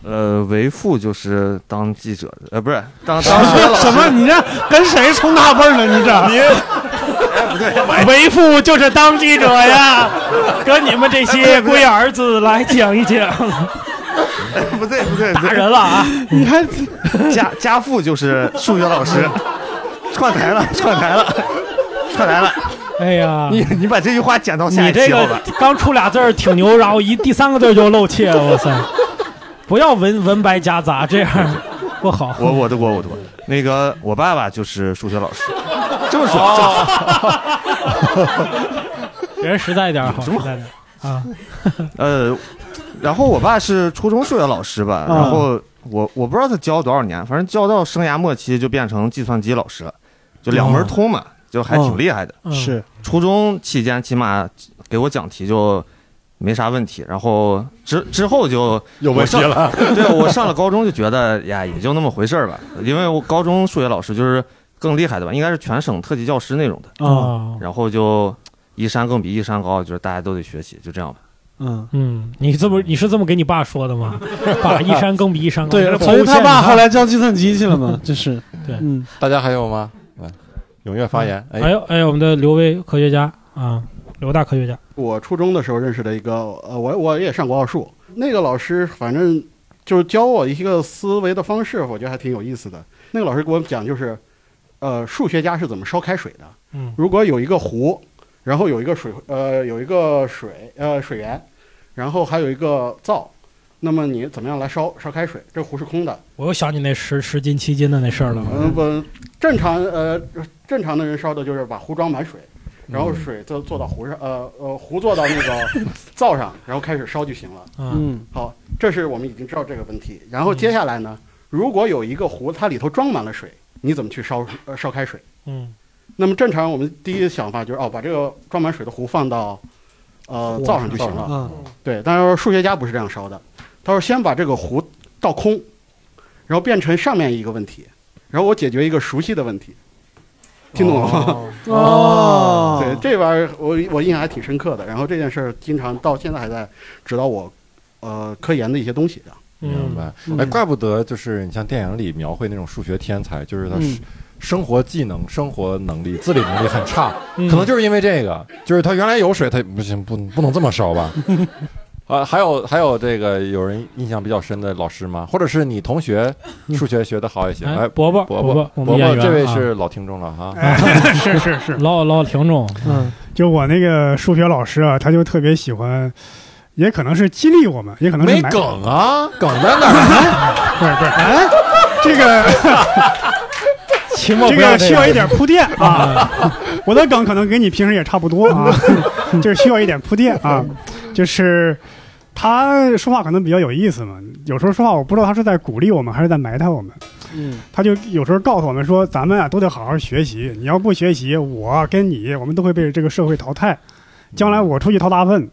呃，为父就是当记者的，呃，不是当
什
当学
么
老
什
师，
么？你这跟谁冲大辈儿呢？你这
你
为父就 是当记者呀，跟你们这
哎
些龟儿子来讲一讲，
不对不对，
打人了啊！
你看
家家父就是数学老 师，串台了串台了串台了，
哎呀，
你你把这句话剪到下
你
一
这
期好
个
吧？
刚出俩字儿挺牛，然后一第三个字儿就露怯，我操！不要文文白夹杂，这样不好。
我我的我我的我，那个我爸爸就是数学老师，这么说这么说
人实在一点儿好，实在一点儿啊。
呃，然后我爸是初中数学老师
嗯
吧，然后我我不知道他教了多少年，反正教到生涯末期就变成计算机老师了，就两门通嘛，就还挺厉害的。
哦嗯
是
初中期间起码给我讲题就没啥问题，然后之之后就
有问题了，
对我上了高中就觉得呀也就那么回事儿吧，因为我高中数学老师就是更厉害的吧，应该是全省特级教师那种的，
啊，
啊，
然后就一山更比一山高，就是大家都得学习，就这样吧。
嗯
嗯，你这么你是这么给你爸说的吗？爸，一山更比一山高。
对，所以他爸后来教计算机去了嘛，这是
对。
嗯，
哎大家还有吗？来，踊跃发言。
还有哎，我们的刘威科学家啊，刘大科学家，
我初中的时候认识的一个，呃，我我也上过奥数，那个老师反正就是教我一个思维的方式，我觉得还挺有意思的。那个老师给我们讲就是，呃，数学家是怎么烧开水的。
嗯
如果有一个湖，然后有一个水，呃，有一个水，呃，水源，然后还有一个灶，那么你怎么样来烧烧开水？这湖是空的，
我又想起那十十斤七斤的那事儿了。
嗯，不，正常呃正常的人烧的就是把壶装满水，然后水再做到壶上，呃呃壶做到那个灶上，然后开始烧就行了。
嗯，
好，这是我们已经知道这个问题。然后接下来呢，如果有一个壶，它里头装满了水，你怎么去烧呃烧开水？
嗯，
那么正常我们第一想法就是哦，把这个装满水的壶放到呃灶上就行了。
嗯，
对，但是数学家不是这样烧的，他说先把这个壶倒空，然后变成上面一个问题，然后我解决一个熟悉的问题，听懂了吗？
哦
对，这玩意儿我我印象还挺深刻的。然后这件事儿经常到现在还在指导我，呃，科研的一些东西的。
嗯
明白。
嗯
哎，怪不得就是你像电影里描绘那种数学天才，就是他
嗯
生活技能、生活能力、自理能力很差，
嗯
可能就是因为这个，就是他原来有水，他不行，不不能这么烧 吧。啊，还有还有这个有人印象比较深的老师吗？或者是你同学数学学的好也行？
嗯哎
哎，
伯伯
伯
伯伯我
伯
们演
伯，
员
这位
啊哎
是老听众了 哈。
是是是，
老老听众，
嗯，
就我那个数学老师啊，他就特别喜欢，也可能是激励我们，也可能是
没
埋
梗啊，梗在哪儿？
不是不是，哎 这个
期
末
这
不要
个
这样嗯
需要一点铺垫啊。我的梗可能跟你平时也差不多 啊，就是需要一点铺垫啊。就是他说话可能比较有意思嘛，有时候说话我不知道他是在鼓励我们还是在埋汰我们。
嗯，
他就有时候告诉我们说，咱们啊都得好好学习，你要不学习，我跟你我们都会被这个社会淘汰，将来我出去掏 大粪。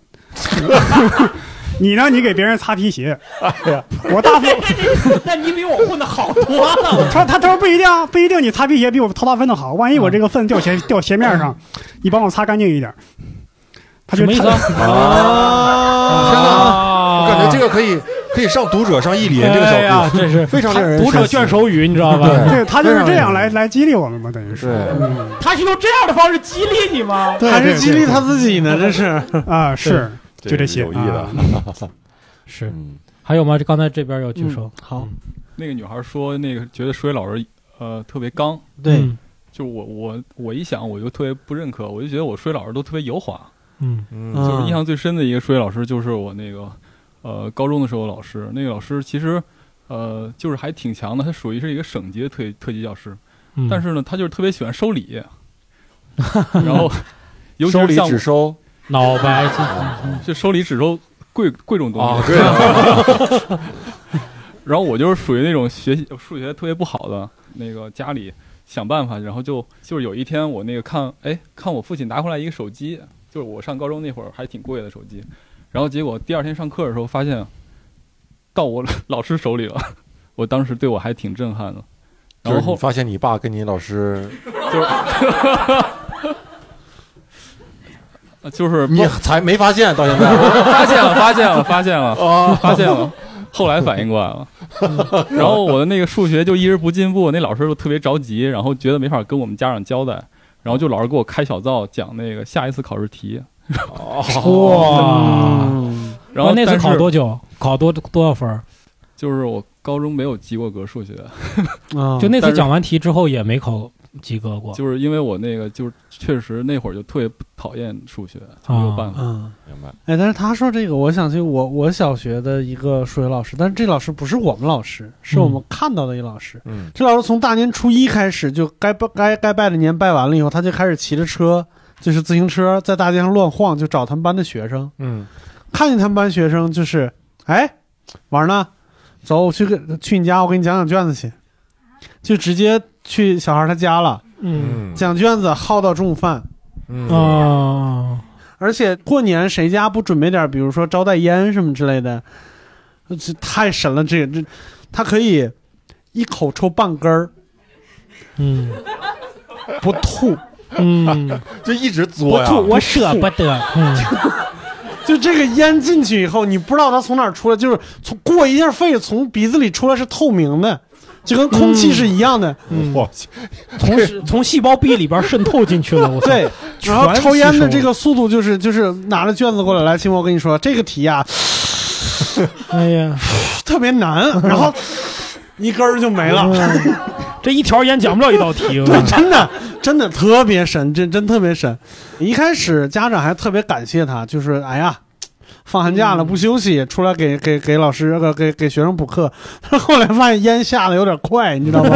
你呢？你给别人擦皮鞋，
哎
我大粪，
那你 比我混的好多了。
他他他说不一定啊，不一定，你擦皮鞋比我掏大粪的好。万一我这个粪掉鞋掉鞋面上，你帮我擦干净一点。他就
什么意思 啊
啊！天哪，我感觉这个可以可以上读者上译林这个
哎呀
小
这是
非常令人
读者
深思
卷首语，你知道吧？
对他就是这样来来激励我们嘛，等于是。
他是用这样的方式激励你吗？
对
还是
对
激励
对
他自 己呢，这是
啊，是就这些
有意的
啊。
是，还有吗？这刚才这边有举手，
嗯好，
那个女孩说，那个觉得数学老师呃特别刚，
对
嗯
就我我我一想我就特别不认可，我就觉得我数学老师都特别油滑，
嗯
嗯
就是印象最深的一个数学老师就是我那个呃高中的时候老师，那个老师其实呃就是还挺强的，他属于是一个省级的特特级教师，
嗯
但是呢他就是特别喜欢收 礼，然后尤其
收
是
礼
像
只收
脑白金，
就收礼只收贵贵重东西，
啊对啊
然后我就是属于那种学习数学特别不好的，那个家里想办法，然后就就是有一天我那个看，哎，看我父亲拿回来一个手机，就是我上高中那会儿还挺贵的手机，然后结果第二天上课的时候发现到我老师手里了， 我当时对我还挺震撼的。
就
然
是
后
你发现你爸跟你老师，
嗯
呃就是
你才没发现到现在，
发现了，发现了，发 现
哦
了，发现了。后来反应过来了，然后我的那个数学就一直不进步，那老师就特别着急，然后觉得没法跟我们家长交代，然后就老是给我开小灶讲那个下一次考试题。
哇！
嗯
然后
那次
但是
考多久？考多多少分儿？
就是我高中没有及过格数学，
啊
就
但
那次
是
讲完题之后也没考及格过。
就是因为我那个就是确实那会儿就特别讨厌数学，没有办法。
嗯，
明白。
哎，但是他说这个，我想起我我小学的一个数学老师，但是这老师不是我们老师，是我们看到的一老师。
嗯，
这老师从大年初一开始就该拜该该拜的年拜完了以后，他就开始骑着车，就是自行车在大街上乱晃，就找他们班的学生。
嗯，
看见他们班学生就是，哎，玩呢，走去跟去你家，我给你讲讲卷子去，就直接去小孩他家了，
嗯
嗯
讲卷子耗到中午饭。
嗯
啊，
哦而且过年谁家不准备点儿，比如说招待烟什么之类的，呃这太神了！这这，他可以一口抽半根儿
嗯
不吐，
嗯，
就一直作
不
呀，
吐，我舍不得。嗯
就这个烟进去以后，你不知道它从哪儿出来，就是从过一下肺，从鼻子里出来是透明的，就跟空气是一样的。
嗯
我
从 从细胞壁里边渗透进去了，我操
对， 然后
全
抽烟的这
吸收
个速度就是就是拿着卷子过来，来，秦博，我跟你说这个题啊
哎呀，
特别 难，然后一根儿就没了。
嗯这一条烟讲不了一道题，我
对，真的真的特别神，真真特别神。一开始家长还特别感谢他，就是哎呀，放寒
嗯
假了不休息，出来给给给老师呃给给学生补课。 但是后来发现烟下的有点快，你知道吗？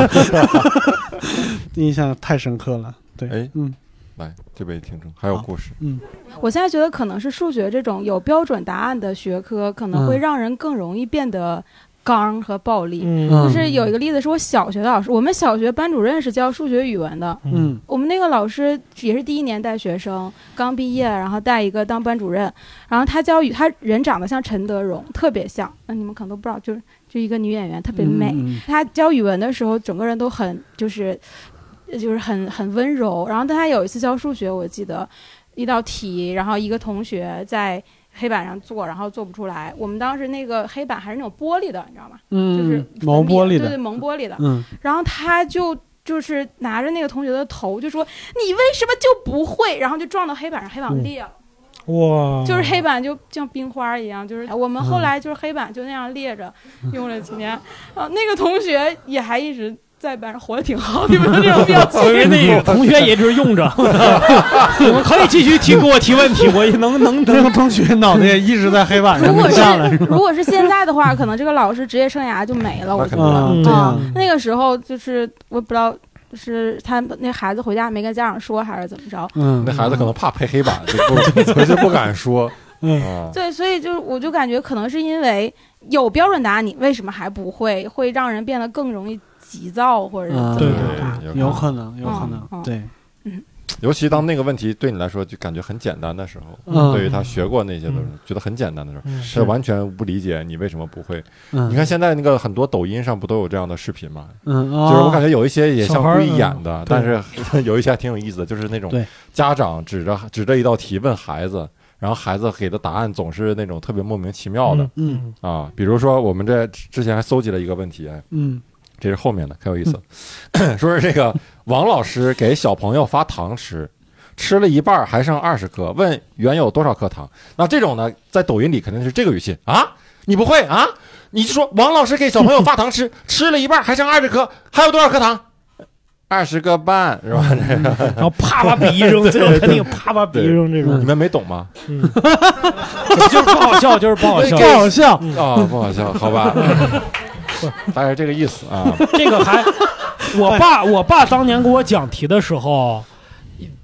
印象太深刻了。对，
哎
嗯，
来这位听众还有故事，
嗯
我现在觉得可能是数学这种有标准答案的学科，可能会
嗯
让人更容易变得刚和暴力。
嗯
嗯
就是有一个例子，是我小学的老师，我们小学班主任是教数学语文的，
嗯
我们那个老师也是第一年带学生，刚毕业，然后带一个当班主任，然后他教语，他人长得像陈德容，特别像，那你们可能都不知道，就是就一个女演员，特别美。
嗯
他教语文的时候，整个人都很就是呃就是很很温柔。然后，但他有一次教数学，我记得一道题，然后一个同学在黑板上做，然后做不出来。我们当时那个黑板还是那种玻璃的，你知道吗？
嗯，
就是
毛玻璃
对
的
对，，蒙玻璃的。
嗯
然后他就就是拿着那个同学的头，就说：“你为什么就不会？”然后就撞到黑板上，黑板裂了。
嗯
哇，
就是黑板就像冰花一样，就是哎我们后来就是黑板就那样列着、
嗯
用了几年，啊，那个同学也还一直在班上活得挺 好，你们的这种 表情
我以为那个同学也一直用着，你们可以继续提给我提问题，我也能能
那
能
个同学脑袋也一直在黑板上
如果
没
是
下 来，是吧
如果是现在的话，可能这个老师职业生涯就没了。我觉得
嗯，
嗯
对
啊
呀，
那个时候就是我不知道是他那孩子回家没跟家长说还是怎么着。
嗯，
那孩子可能怕拍黑板，就不 回去不敢说
嗯
啊。
对，所以就是我就感觉可能是因为有标准答案，你为什么还不会？会让人变得更容易急躁或者是
嗯
怎
对
么
对
样？
对
有可能，有可
嗯嗯
能，对，
尤其当那个问题对你来说就感觉很简单的时候，
嗯
对于他学过那些都是觉得很简单的时候，
嗯
他完全不理解你为什么不会。
嗯，
你看现在那个很多抖音上不都有这样的视频吗？
嗯，
就
就是
我感觉有一些也像
小孩儿
故意演的
嗯，
但是 有一些还挺有意思的，就是那种
对
家长指着指着一道题问孩子，然后孩子给的答案总是那种特别莫名其妙的
嗯
啊。比如说我们这之前还搜集了一个问题，哎
嗯
这是后面的，可有意思。 说是这个王老师给小朋友发糖吃，吃了一半儿还剩二十颗，问原有多少颗糖？那这种呢，在抖音里肯定是这个语气啊，你不会啊？你就说王老师给小朋友发糖吃，吃了一半儿还剩二十颗，还有多少颗糖？二十个半是吧？
然后啪把笔一扔，最后肯定啪把笔一扔这种
你，们没懂吗？
嗯， 就是不好笑，就是不好
不。
笑嗯
好笑，
嗯
啊、不好笑，好 吧，大概这个意思啊。
这个 还，我爸我爸当年给我讲题的时候，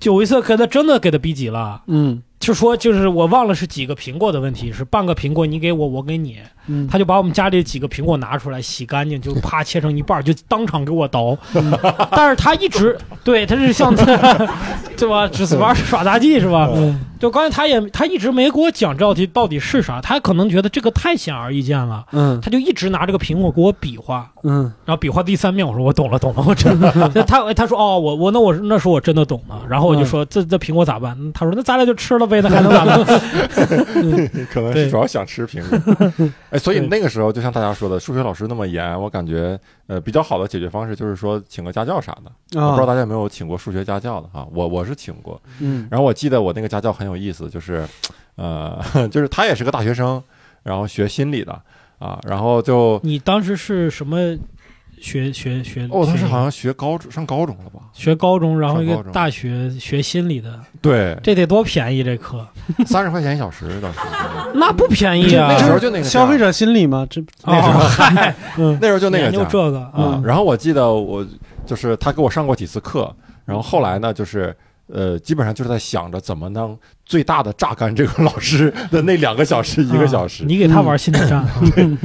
有一次给他真的给他逼急了，
嗯
就说就是我忘了是几个苹果的问题，是半个苹果你给我，我给你，
嗯，
他就把我们家里几个苹果拿出来洗干净，就啪切成一半儿，就当场给我刀。
嗯
但是他 一直对他是像对吧，只是玩儿耍大技是吧？
嗯
就刚才他也他一直没给我讲这道题到底是啥，他可能觉得这个太显而易见了，
嗯
他就一直拿这个苹果给我比划。
嗯
然后比划第三遍，我说我懂了，懂了，我 真的。他他说哦，我我那我那时候我真的懂了。然后我就说、这这苹果咋办？他说那咱俩就吃了呗，那还能 咋办？
可能
对
是主要想吃苹果。哎，所以
对
那个时候就像大家说的，数学老师那么严，我感觉呃比较好的解决方式就是说请个家教啥的。我不知道
啊，
大家有没有请过数学家教的哈，我我是请过。
嗯
然后我记得我那个家教很有意思，就是呃 就是他也是个大学生，然后学心理的啊，然后就
你当时是什么学学学？
哦，当时
学
好像学高中上高中了吧？
学高中，然后一
上
个
高中
大学学心理的，，
对
这得多便宜这课？
三十块钱一小时当时。
那不便宜啊
那！时候就那个价
消费者心理嘛，这
那时候
哦嗨，
那时候就那个
研究
价。
这个
啊
啊，。
然后我记得我就是他给我上过几次课，然后后来呢，就是呃，基本上就是在想着怎么能最大的榨干这个老师的那两个小时、一个小时
啊，你给他玩心理 战，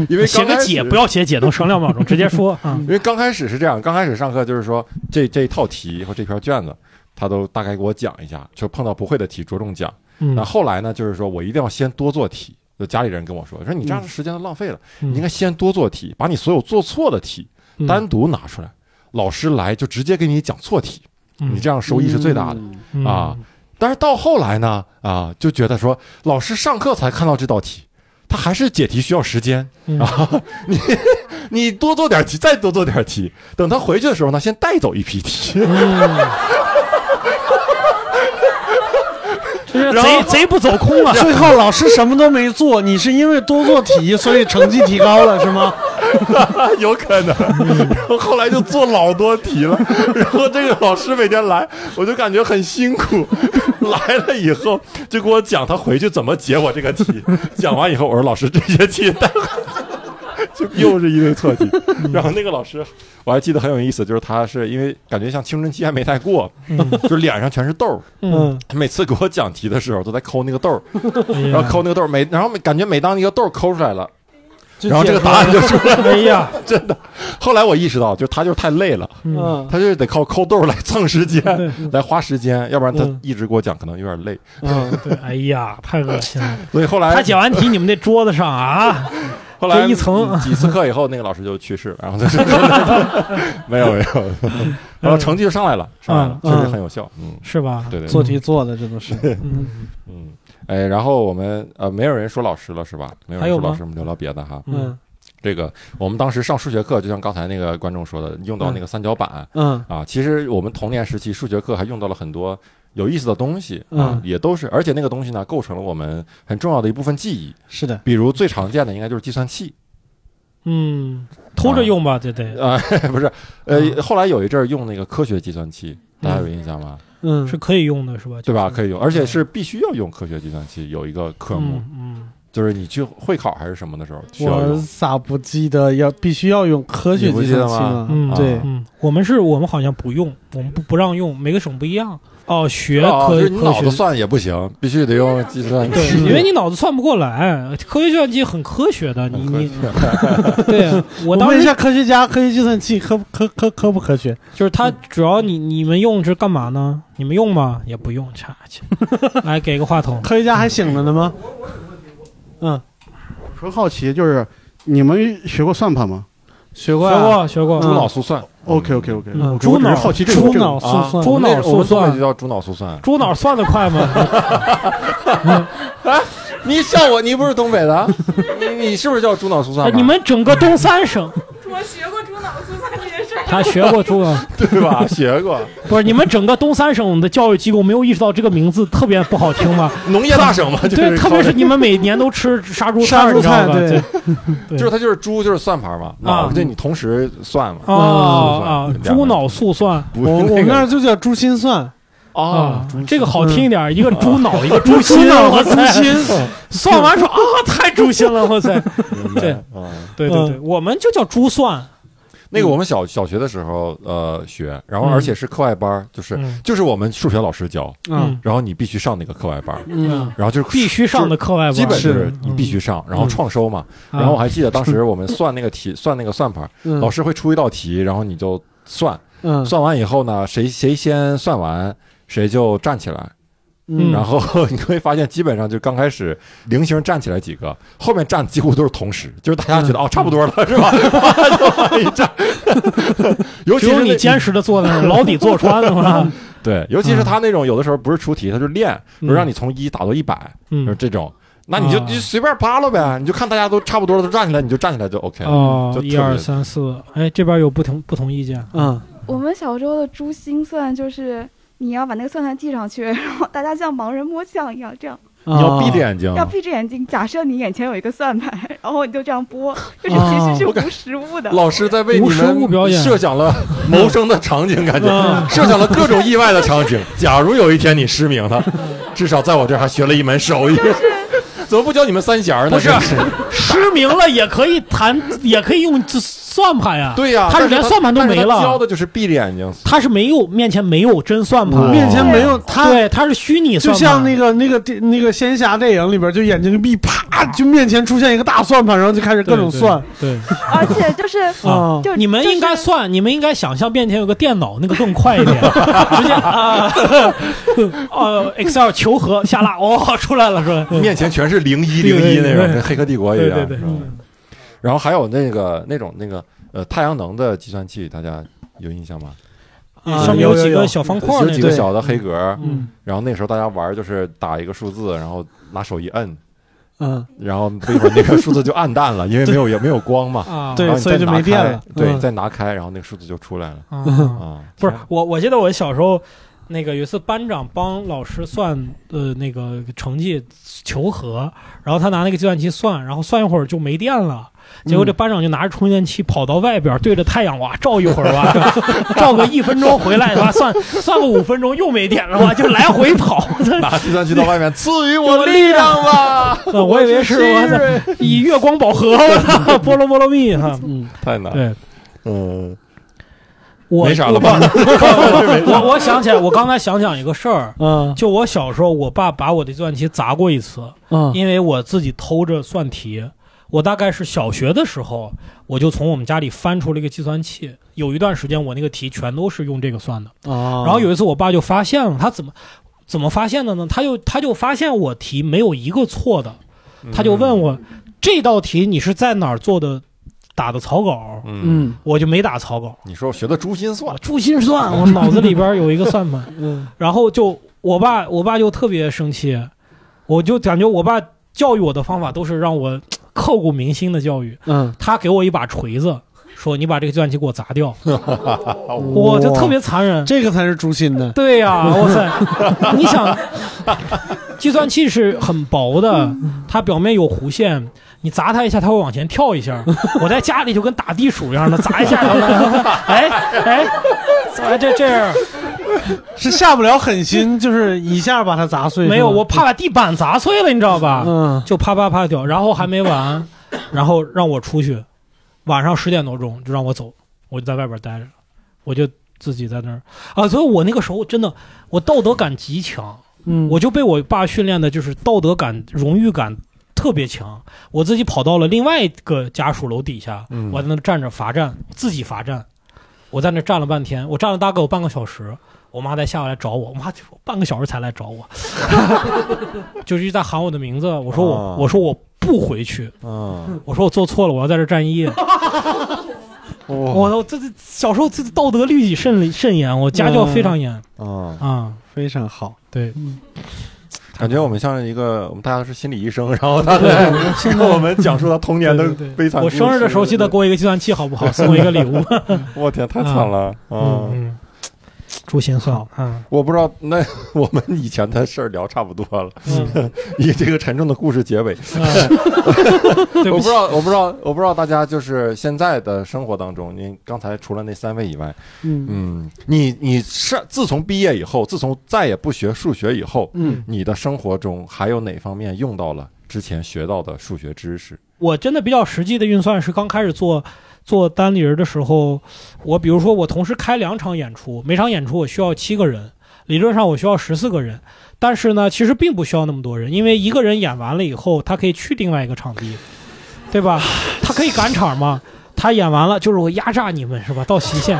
因为
写
刚
个
开
解
始
不。要写解，能省两秒钟，直接说 啊。
因为刚开始是这样，刚开始上课就是说这这一套题和这篇卷子，他都大概给我讲一下，就碰到不会的题着重讲。
嗯
那后来呢，就是说我一定要先多做题。就家里人跟我说，说你这样时间都浪费了，
嗯
你应该先多做题，把你所有做错的题
嗯
单独拿出来，老师来就直接给你讲错题，
嗯
你这样收益是最大的。
嗯
啊但是到后来呢，啊，就觉得说老师上课才看到这道题，他还是解题需要时间
嗯
啊。 你你多做点题，再多做点题，等他回去的时候呢，先带走一批题。
就是
然后
贼贼不走空了。
最后老师什么都没做，你是因为多做题，所以成绩提高了是吗？
有可能。然后 后来就做老多题了， 然后这个老师每天来，我就感觉很辛苦。 来了以后就给我讲他回去怎么解我这个题，讲完以后我说老师这些题带回去。 就又是一堆错题，然后那个老师我还记得很有意思，就是他是因为感觉像青春期还没太过，就脸上全是痘儿，
嗯，
他每次给我讲题的时候都在抠那个痘儿，
然
然后抠那个痘儿，每然后感觉每当一个痘儿抠出来了，
就
然后这个答案就出来了。
哎呀，
真的。后来我意识到，就是他就是太累了，
嗯
他就是得靠抠豆来蹭时间，来花时间，要不然他
嗯
一直给我讲可能有点累。
嗯，
对，哎呀，太恶心了。
所以后
他
来
解完题，你们那桌子上啊，
后来
这一层
嗯几次课以后，那个老师就去世了，然后他 就没 有没有，然后成绩就上来了，上来了，确
嗯
实很有效。嗯
是吧？
对对
做题做的这都 是，
嗯，
嗯。哎，然后我们呃，没有人说老师了是吧？没有
还
人
有
说老
吗
师，我们聊聊别的哈。
嗯
这个我们当时上数学课，就像刚才那个观众说的，用到那个三角板，
嗯
啊，其实我们童年时期数学课还用到了很多有意思的东西啊
嗯，
也都是，而且那个东西呢，构成了我们很重要的一部分记忆。
是的，
比如最常见的应该就是计算器
嗯，偷着用吧，这得
啊， 不是，呃，后来有一阵儿用那个科学计算器，大家有印象吗？
嗯
是可以用的，是吧？
对吧？可
以
以用，而且是必须要用科学计算器，有一个科目，
嗯
就是你去会考还是什么的时候需要
我
用。
咋不记得要必须要用科学计算器
嗯
了？
嗯，
啊对
嗯，我们是我们好像不用，我们不不让用，每个省不一样。哦，学
哦，就
科
是你
科
脑子
学。
算也不行，必须得用计算
对，
器。
因为你脑子算不过来，科学计算机很科学的，你你，对 我
啊我
当
问一
时
下科学家，科学计算器科不科科科不科学？
就是它主要你你们用是干嘛呢？你们用吗？ 也不用，差 去，来给个话筒，
科学家还醒着呢吗？嗯
我纯好奇，就是你们学过算盘吗
学
学
过呀，
过学过，
猪脑速算，啊
？OK OK OK，
嗯
我只
猪
我只
脑
是好奇这个
猪
这个
脑速算，
猪脑
那我们东北
速算
就叫猪脑速算。
猪脑算得快 吗？
啊你笑我，你不是东北的，你 你是不是叫猪脑速算啊
哎
法？
你们整个东三省，
我学过猪脑速算这件事儿。
他学过猪脑，
对吧？学过
不是你们整个东三省的教育机构没有意识到这个名字特别不好听吗？
农业大省嘛，就是
对，特别是
靠
你们每年都吃杀猪
杀
菜，
猪
你知道
菜
吧？
对
这
对，
就是它就是猪就是算盘嘛，脑
啊
就你同时算嘛，
啊啊，
两个
猪脑速算
不
我我
是
们那
那
儿
个
就叫猪心算，
啊
啊，，这个好听一点，一个猪脑，一个猪
嗯猪
心
脑
啊，
和
我
猪
操！
心，嗯
算完说啊，太猪心了，我操！
明白
对
啊。
对对
嗯
对，我们就叫珠算，
那个我们小小学的时候呃学，然后
嗯
而且是课外班儿，就是
嗯
就是我们数学老师教，
嗯
嗯
然后你必须上那个课外班儿，
嗯
然后就是
必须上的课外班，
基本就是
是
你必须上，然后创收嘛。
嗯
然后我还记得当时我们算那个题，算那个算盘，
嗯，
老师会出一道题，然后你就算，
嗯
算完以后呢，谁谁先算完，谁就站起来。
嗯
然后你会发现，基本上就刚开始零星站起来几个，后面站几乎都是同时，就是大家觉
嗯
得、哦差不多了是 吧？啪就往一站，尤其
只
是
有你
那
坚实的 坐在那儿，牢底坐穿的嘛。
对，尤其是他那种有的时候不是出题，他就练，比如
嗯
让你从一打到一百，就是
嗯，
这种。那你就
啊
你就随便扒拉呗，你就看大家都差不多了，都站起来，你就站起来就 OK 了。
哦
哎就，
一
特
二
别
三四，哎，这边有不同不同意见，
嗯
我们小时候的珠心算就是你要把那个算盘递上去，然后大家像盲人摸象一样，这样
啊
你要闭着眼睛，
要闭着眼睛，假设你眼前有一个算盘，然后你就这样拨，就是其
啊
实是无实物的。
老师在为你
无实物表
们
演
设想了谋生的场景，感觉
嗯
设想了各种意外的场 景。假如有一天你失明了，
嗯
至少在我这儿还学了一门手艺。怎么不教你们三弦儿呢？
不是失明了也可以弹，也可以用这算盘呀。
对呀、
他是
但
连算盘都
但是
没
他教
了，
的就是闭着眼睛。
他是没有面前没有真算盘，
面前没有他
对，他是虚拟
就
算盘，
像那个那个电那个仙侠电影里边，就眼睛一闭，啪，就面前出现一个大算盘，然后就开始各种算
对。
而且就是
啊。
就
你们应该
就是
算，你们应该想象面前有个电脑，那个更快一点，直接啊， 哦，Excel 求和下拉，哦，出来了，是吧？
面前全是零一零一那种，
对对对
跟《黑客帝国》一
对
样。
对对嗯
是，吧然后还有那个那种那个呃太阳能的计算器，大家有印象吗？
啊上面有几个小方块儿
有几个
那种
小的黑格儿
嗯，
然后那时候大家玩儿就是打一个数字，然后拿手一摁，
嗯，
然后一会儿那个数字就暗淡了，因为没有也没有光嘛
啊，
然后你
对所以
再
就
拿
没电
开
了
对，
嗯
再拿开，然后那个数字就出来了
嗯
啊。
不是我，我记得我小时候那个有一次班长帮老师算呃那个成绩求和，然后他拿那个计算器算，然后算一会儿就没电了。结
嗯
果这班长就拿着充电器跑到外边，对着太阳哇照一会儿哇， 照个一分钟回来的话，算算个五分钟又没电了哇，就来回跑。
拿计算器到外面，赐予
我力量
吧！
我以为是我操以月光宝盒，我操菠萝菠萝蜜哈。嗯，
太难。
对，
嗯，
我
没啥了吧？
我我想起来，我刚才想讲一个事儿，
嗯，
就我小时候，我爸把我的计算器砸过一次，
嗯
因为我自己偷着算题。我大概是小学的时候，我就从我们家里翻出了一个计算器，有一段时间我那个题全都是用这个算的。
哦
啊，
然后有一次我爸就发现了，他怎么怎么发现的呢？他就他就发现我题没有一个错的，他就问我、这道题你是在哪儿做的打的草稿？
嗯，
我就没打草稿，
你说我学的珠心算，
珠心算，我脑子里边有一个算盘。
嗯
然后就我爸，我爸就特别生气，我就感觉我爸教育我的方法都是让我刻骨铭心的教育。
嗯，
他给我一把锤子，说你把这个计算器给我砸 掉，我就特别残忍。
这个才是诛心 的，
对呀、哇塞！你想，计算器是很薄的，它表面有弧线，你砸它一下，它会往前跳一下。我在家里就跟打地鼠一样的 砸 一下，哎哎，哎这这样
是下不了狠心，就是一下把它砸碎。
没有，
是吧
我怕把地板砸碎了，你知道吧？
嗯
就啪啪啪掉，然后还 没完，然后让我出去，晚上十点多钟就让我走，我就在外边待着，我就自己在那儿啊，所以我那个时候真的我道德感极强，
嗯，
我就被我爸训练的就是道德感、荣誉感特别强，我自己跑到了另外一个家属楼底下，
嗯
我在那站着罚站，自己罚站，我在那站了半天，我站了大概有半个小时。我妈才下来找我，我妈就半个小时才来找我， 就是一直在喊我的名字。我说我，
啊
我说我不回去，
啊
嗯，
我说我做错了，我要在这 站一夜。我操，这这小时候这道德律己甚甚严，我家教非常严
啊，
啊。
嗯非常好。
对，
嗯
感觉我们像一个，我们大家是心理医生，然后他在跟我们讲述他童年的
对对对
悲惨
我
故事。
生日的时候记得给我一个计算器，好不好？送我一个礼 物。
我天，太惨了啊！
嗯，诛心算了。嗯
我不知道，那 我们以前的事儿聊差不多了，
嗯，
以这个沉重的故事结尾。
对
我
不
不
起
知。道，我不知道，我不知道大家就是现在的生活当中，您刚才除了那三位以外，
嗯
嗯，你你是自从毕业以后，自从再也不学数学以后，
嗯，
你的生活中还有哪方面用到了之前学到的数学知识？
我真的比较实际的运算是刚开始做做单立人的时候，我比如说我同时开两场演出，每场演出我需要七个人，理论上我需要十四个人，但是呢，其实并不需要那么多人，因为一个人演完了以后，他可以去另外一个场地，对吧？他可以赶场嘛。他演完了就是我压榨你们是吧？到极限，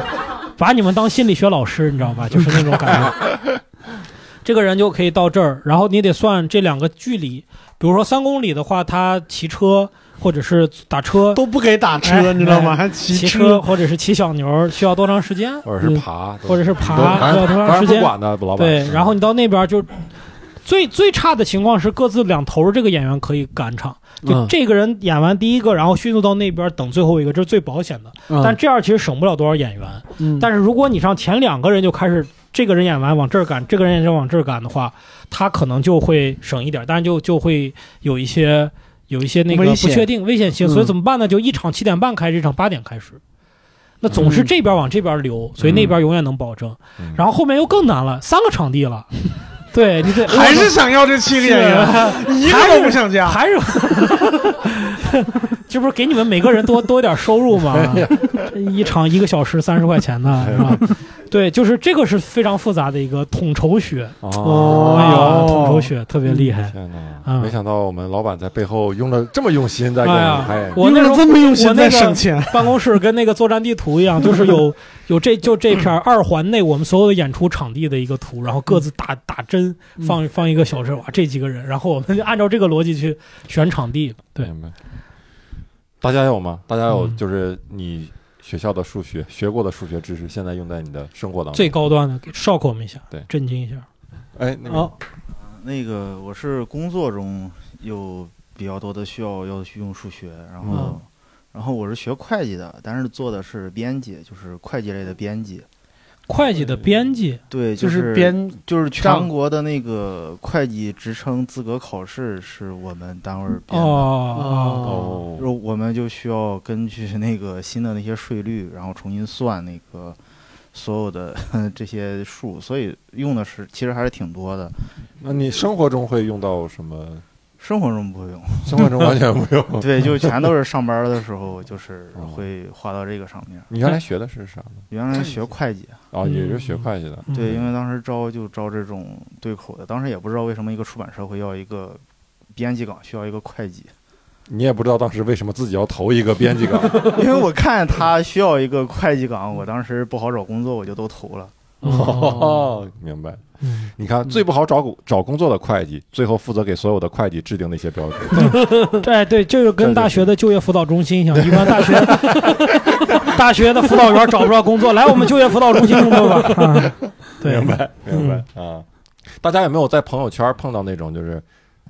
把你们当心理学老师，你知道吧？就是那种感觉。这个人就可以到这儿，然后你得算这两个距离，比如说三公里的话，他骑车或者是打车
都不给打
哎
车，你知道吗？
哎
还骑
骑车，或者是骑小牛需要多长时间，
或者是爬，
嗯或者是
都
爬
反
需要
正反
多长
正
时
不
间？
管的，老板。
对，然后你到那边就最最差的情况是各自两头，这个演员可以赶场，就
嗯
这个人演完第一个，然后迅速到那边等最后一个，这是最保险的。
嗯
但这样其实省不了多少演员。
嗯
但是如果你上前两个人就开始，这个人演完往这儿赶，这个人也往这儿赶的话，他可能就会省一点，但是就就会有一些有一些那个
危
不
险
确定危险性，
嗯
所以怎么办呢？就一场七点半开始，一场八点开始。那总是这边往这边流，所以那边永远能保证。
嗯
然后后面又更难了，三个场 地了。对你得啊
还是想要这七个演员， 一个都不想加。
还是，这不是 给你们每个人多多点收入吗？ 一场一个小时三十块钱
哎
呢，是吧？对，就是这个是非常复杂的一个统筹学，
哦，
哎呀，统
哦
筹学特别厉害。
天哪！
嗯
没想到我们老板在背后用了这么用心在给我
哎
们
呀
拍，
我那时候
这么用
我
心
那
在
个
省钱，
办公室跟那个作战地图一样，就是 有有这就这片儿二环内我们所有的演出场地的一个图，然后各自
嗯
打打针，放放一个小时，哇，这几个人，然后我们就按照这个逻辑去选场地。对，
明白。大家有吗？大家有
嗯
就是你学校的数学学过的数学知识，现在用在你的生活当中。
最高端的，给 shock 我们一下，
对
震惊一下。啊
哎，那
哦
个
那个我是工作中有比较多的需要要去用数学，然后、
嗯
然后我是学会计的，但是做的是编辑，就是会计类的编辑。
会计的编辑，
对，
就是编
就是
账
全国的那个会计职称资格考试是我们单位编的，
哦
就是我们就需要根据那个新的那些税率，然后重新算那个所有的 这些数，所以用的是其实还是挺多的。
那你生活中会用到什么？
生活中不会用，
生活中完全不用哦
对， 就全都是上班的时候，就是会花到这个上面。
你原来学的是啥呢？
哎原来学会计啊
哦也是学会计的嗯
对，因为当时招就招这种对口的，当时也不知道为什么一个出版社会要一个编辑岗，需要一个会计，
你也不知道当时为什么自己要投一个编辑 岗，
因为我看他需要一个会计岗，我当时不好找工作，我就都投了。
哦，明白。
嗯
你看，最不好找工找工作的会计，最后负责给所有的会计制定那些标准。
对对，这就跟大学的就业辅导中心一样，一般大学 大学的辅导员找不着工作，来我们就业辅导中心工作 吧。啊对嗯
明白，明白、啊！大家有没有在朋友圈碰到那种就是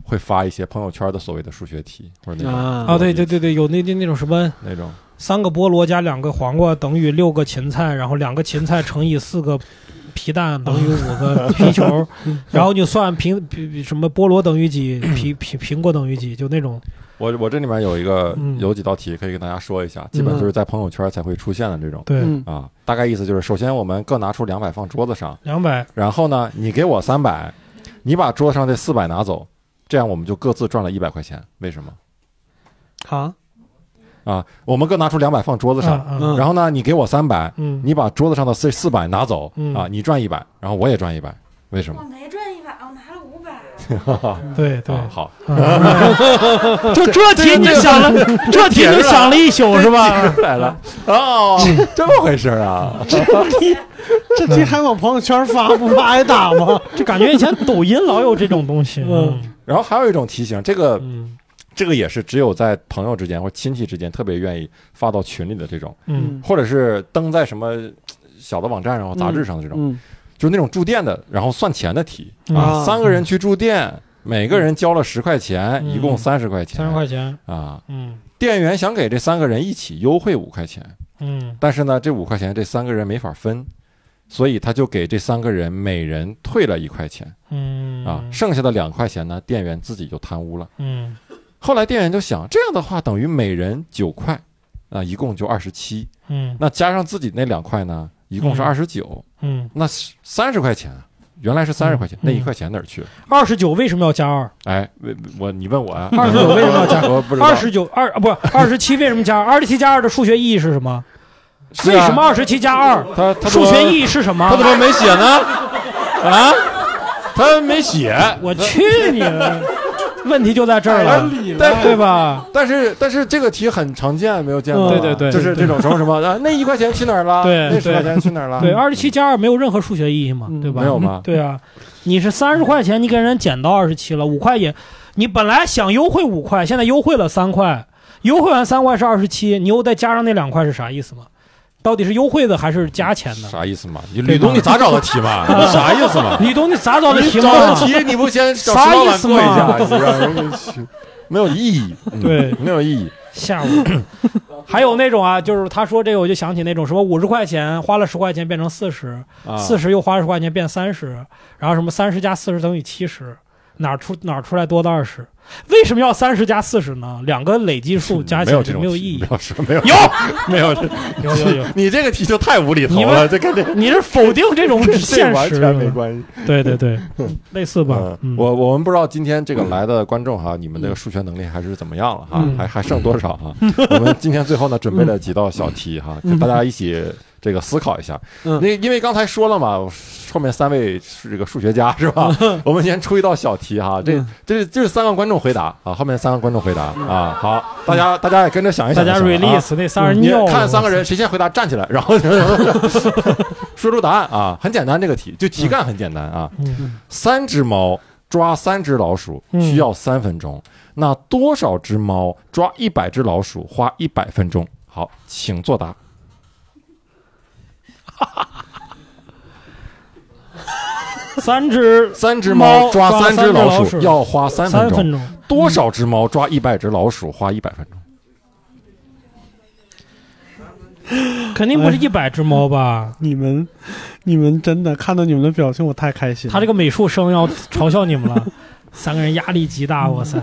会发一些朋友圈的所谓的数学题或者那种
啊，对对对对，有那那那种什么
那种
三个菠萝加两个黄瓜等于六个芹菜，然后两个芹菜乘以四个皮蛋等于五个皮 球，然后你算苹苹什么菠萝等于 几，苹苹苹果等于几，就那种
我我这里面有一个、
嗯
有几道题可以跟大家说一下，基本就是在朋友圈才会出现的这种。
对嗯
啊，大概意思就是，首先我们各拿出两百放桌子上，
两百
然后呢，你给我三百，你把桌上这四百拿走，这样我们就各自赚了一百块钱。为什么？
啊。
啊，我们各拿出两百放桌子上，
嗯嗯
然后呢，你给我三百、
嗯
你把桌子上的四四百拿走、
嗯
啊，你赚一百，然后我也赚一百，为什么？
没哦赚一百，我拿了五百。
对对
啊，好，
嗯 就这题你想了 这题你想了一宿是吧
解出来了 哦，这么回事儿啊？
这嗯题这题还往朋友圈发，不怕挨打吗？
就感觉以前 抖音老有这种 东西。嗯，
然后还有一种题型，这个、这个也是只有在朋友之间或亲戚之间特别愿意发到群里的这种，
嗯
或者是登在什么呃小的网站上、杂志上的这种，
嗯
就是那种住店的，然后算钱的题
啊
三个人去住店，每个人交了十块钱，
嗯
一共三十块钱，
三十块钱，
啊。
嗯
店员想给这三个人一起优惠五块钱，
嗯
但是呢，这五块钱这三个人没法分，所以他就给这三个人每人退了一块钱。
嗯
啊，剩下的两块钱呢，店员自己就贪污了。
嗯
后来店员就想，这样的话等于每人九块，啊，一共就二十七。
嗯
那加上自己那两块呢，一共是
嗯
二十九。
嗯，
那三十块钱，原来是三十块钱，那一块钱哪儿去了？
二十九为什么要加二？
哎，为我你问我啊，
二十九为什么要加
我不知？道
二十九二啊不二十七为什么加二？二十七加二的数学意义是什么？
是啊
为什么二十七加二？
他他怎
数
么
学意义是什么？
他怎么没写呢？啊，他没写。
哎我去 你的！问题就在这儿了，
哎但
对吧？
但是但是这个题很常见，没有见过吧。
嗯对对对
就是这种什么什么啊，那一块钱去哪儿了？
对，
那十块
对
钱去哪儿了？哎嗯
对，二十七加二没有任何数学意义嘛，对吧？
没有吗
对啊，你是三十块钱，你给人减到二十七了，五块也，你本来想优惠五块，现在优惠了三块，优惠完三块是二十七，你又再加上那两块是啥意思嘛？到底是优惠的还是加钱的？
啥意思嘛？你吕东，你咋找的题 嘛？你啥意思嘛？
李东，你咋找的题
你
目
找
啊？
的题你不先找石
啥
老
意
板
思
过一下
嘛？，
你让人家去没有意义，嗯
对
没有意义。
下午 还有那种啊，就是他说这个，我就想起那种什么五十块钱花了十块钱变成四十、
啊
四十又花十块钱变三十，然后什么三十加四十等于七十，哪儿出哪儿出来多的二十？为什么要三十加四十呢？两个累计数加起
没有
来
这
就
种
没有
题
意义
不。要说没有
有
没有这
有有有，
你这个题就太无厘头
你
了，
们
这跟这
你是否定这种现
这完
实
全没关系。
对 对对，类似吧？
嗯，我我们不知道今天这个来的观众哈，你们这个数学能力还是怎么样了哈，
嗯
还还剩多少哈？ 我们今天最后呢，准备了几道小题哈，
嗯
跟大家一起这个思考一下。
嗯
那因为刚才说了嘛，后面三位是这个数学家是吧？
嗯
我们先出一道小题哈，这这这是三个观众回答啊，后面三个观众回答啊，好，大家大家也跟着想一想
嗯大
一想
家
啊，
release 那仨人
你
尿了
看三个人谁先回答站起来，然后 说出答案啊，很简单这个题，就题干很简单啊。
嗯
三只猫抓三只老鼠
嗯
需要三分钟，那多少只猫抓一百只老鼠花一百分钟？好，请作答。
三只
三只
猫
抓
抓
三
三只
老鼠
老鼠
要花三
三分
钟
钟，
多少只猫抓一百只老鼠花一百分钟？
肯定不是一百只猫吧？
哎你们，你们真的看到你们的表情，我太开心了。
他这个美术生要嘲笑你们了，三个人压力极大，哇塞！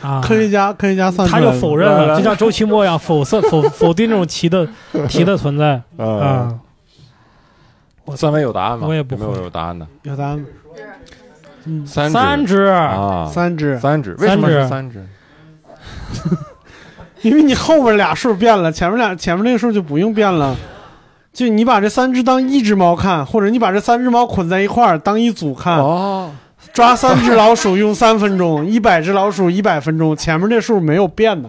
啊，
科学家，科学家算出
他
来
就
了
否认
来来
了，就像周奇墨一样否 色否否定这种题的题的存在
呃
啊。
三位有答案吗？
我也
不没有有答案的。
有答案吗？嗯，
三
三只
啊，
三只
三只，为什么是
三
三只？
因为你后边俩数变了，前面俩前面那个数就不用变了。就你把这三只当一只猫看，或者你把这三只猫捆在一块儿当一组看。
哦，
抓三只老鼠用三分钟， 一百只老鼠一百分钟，前面这数没有变的。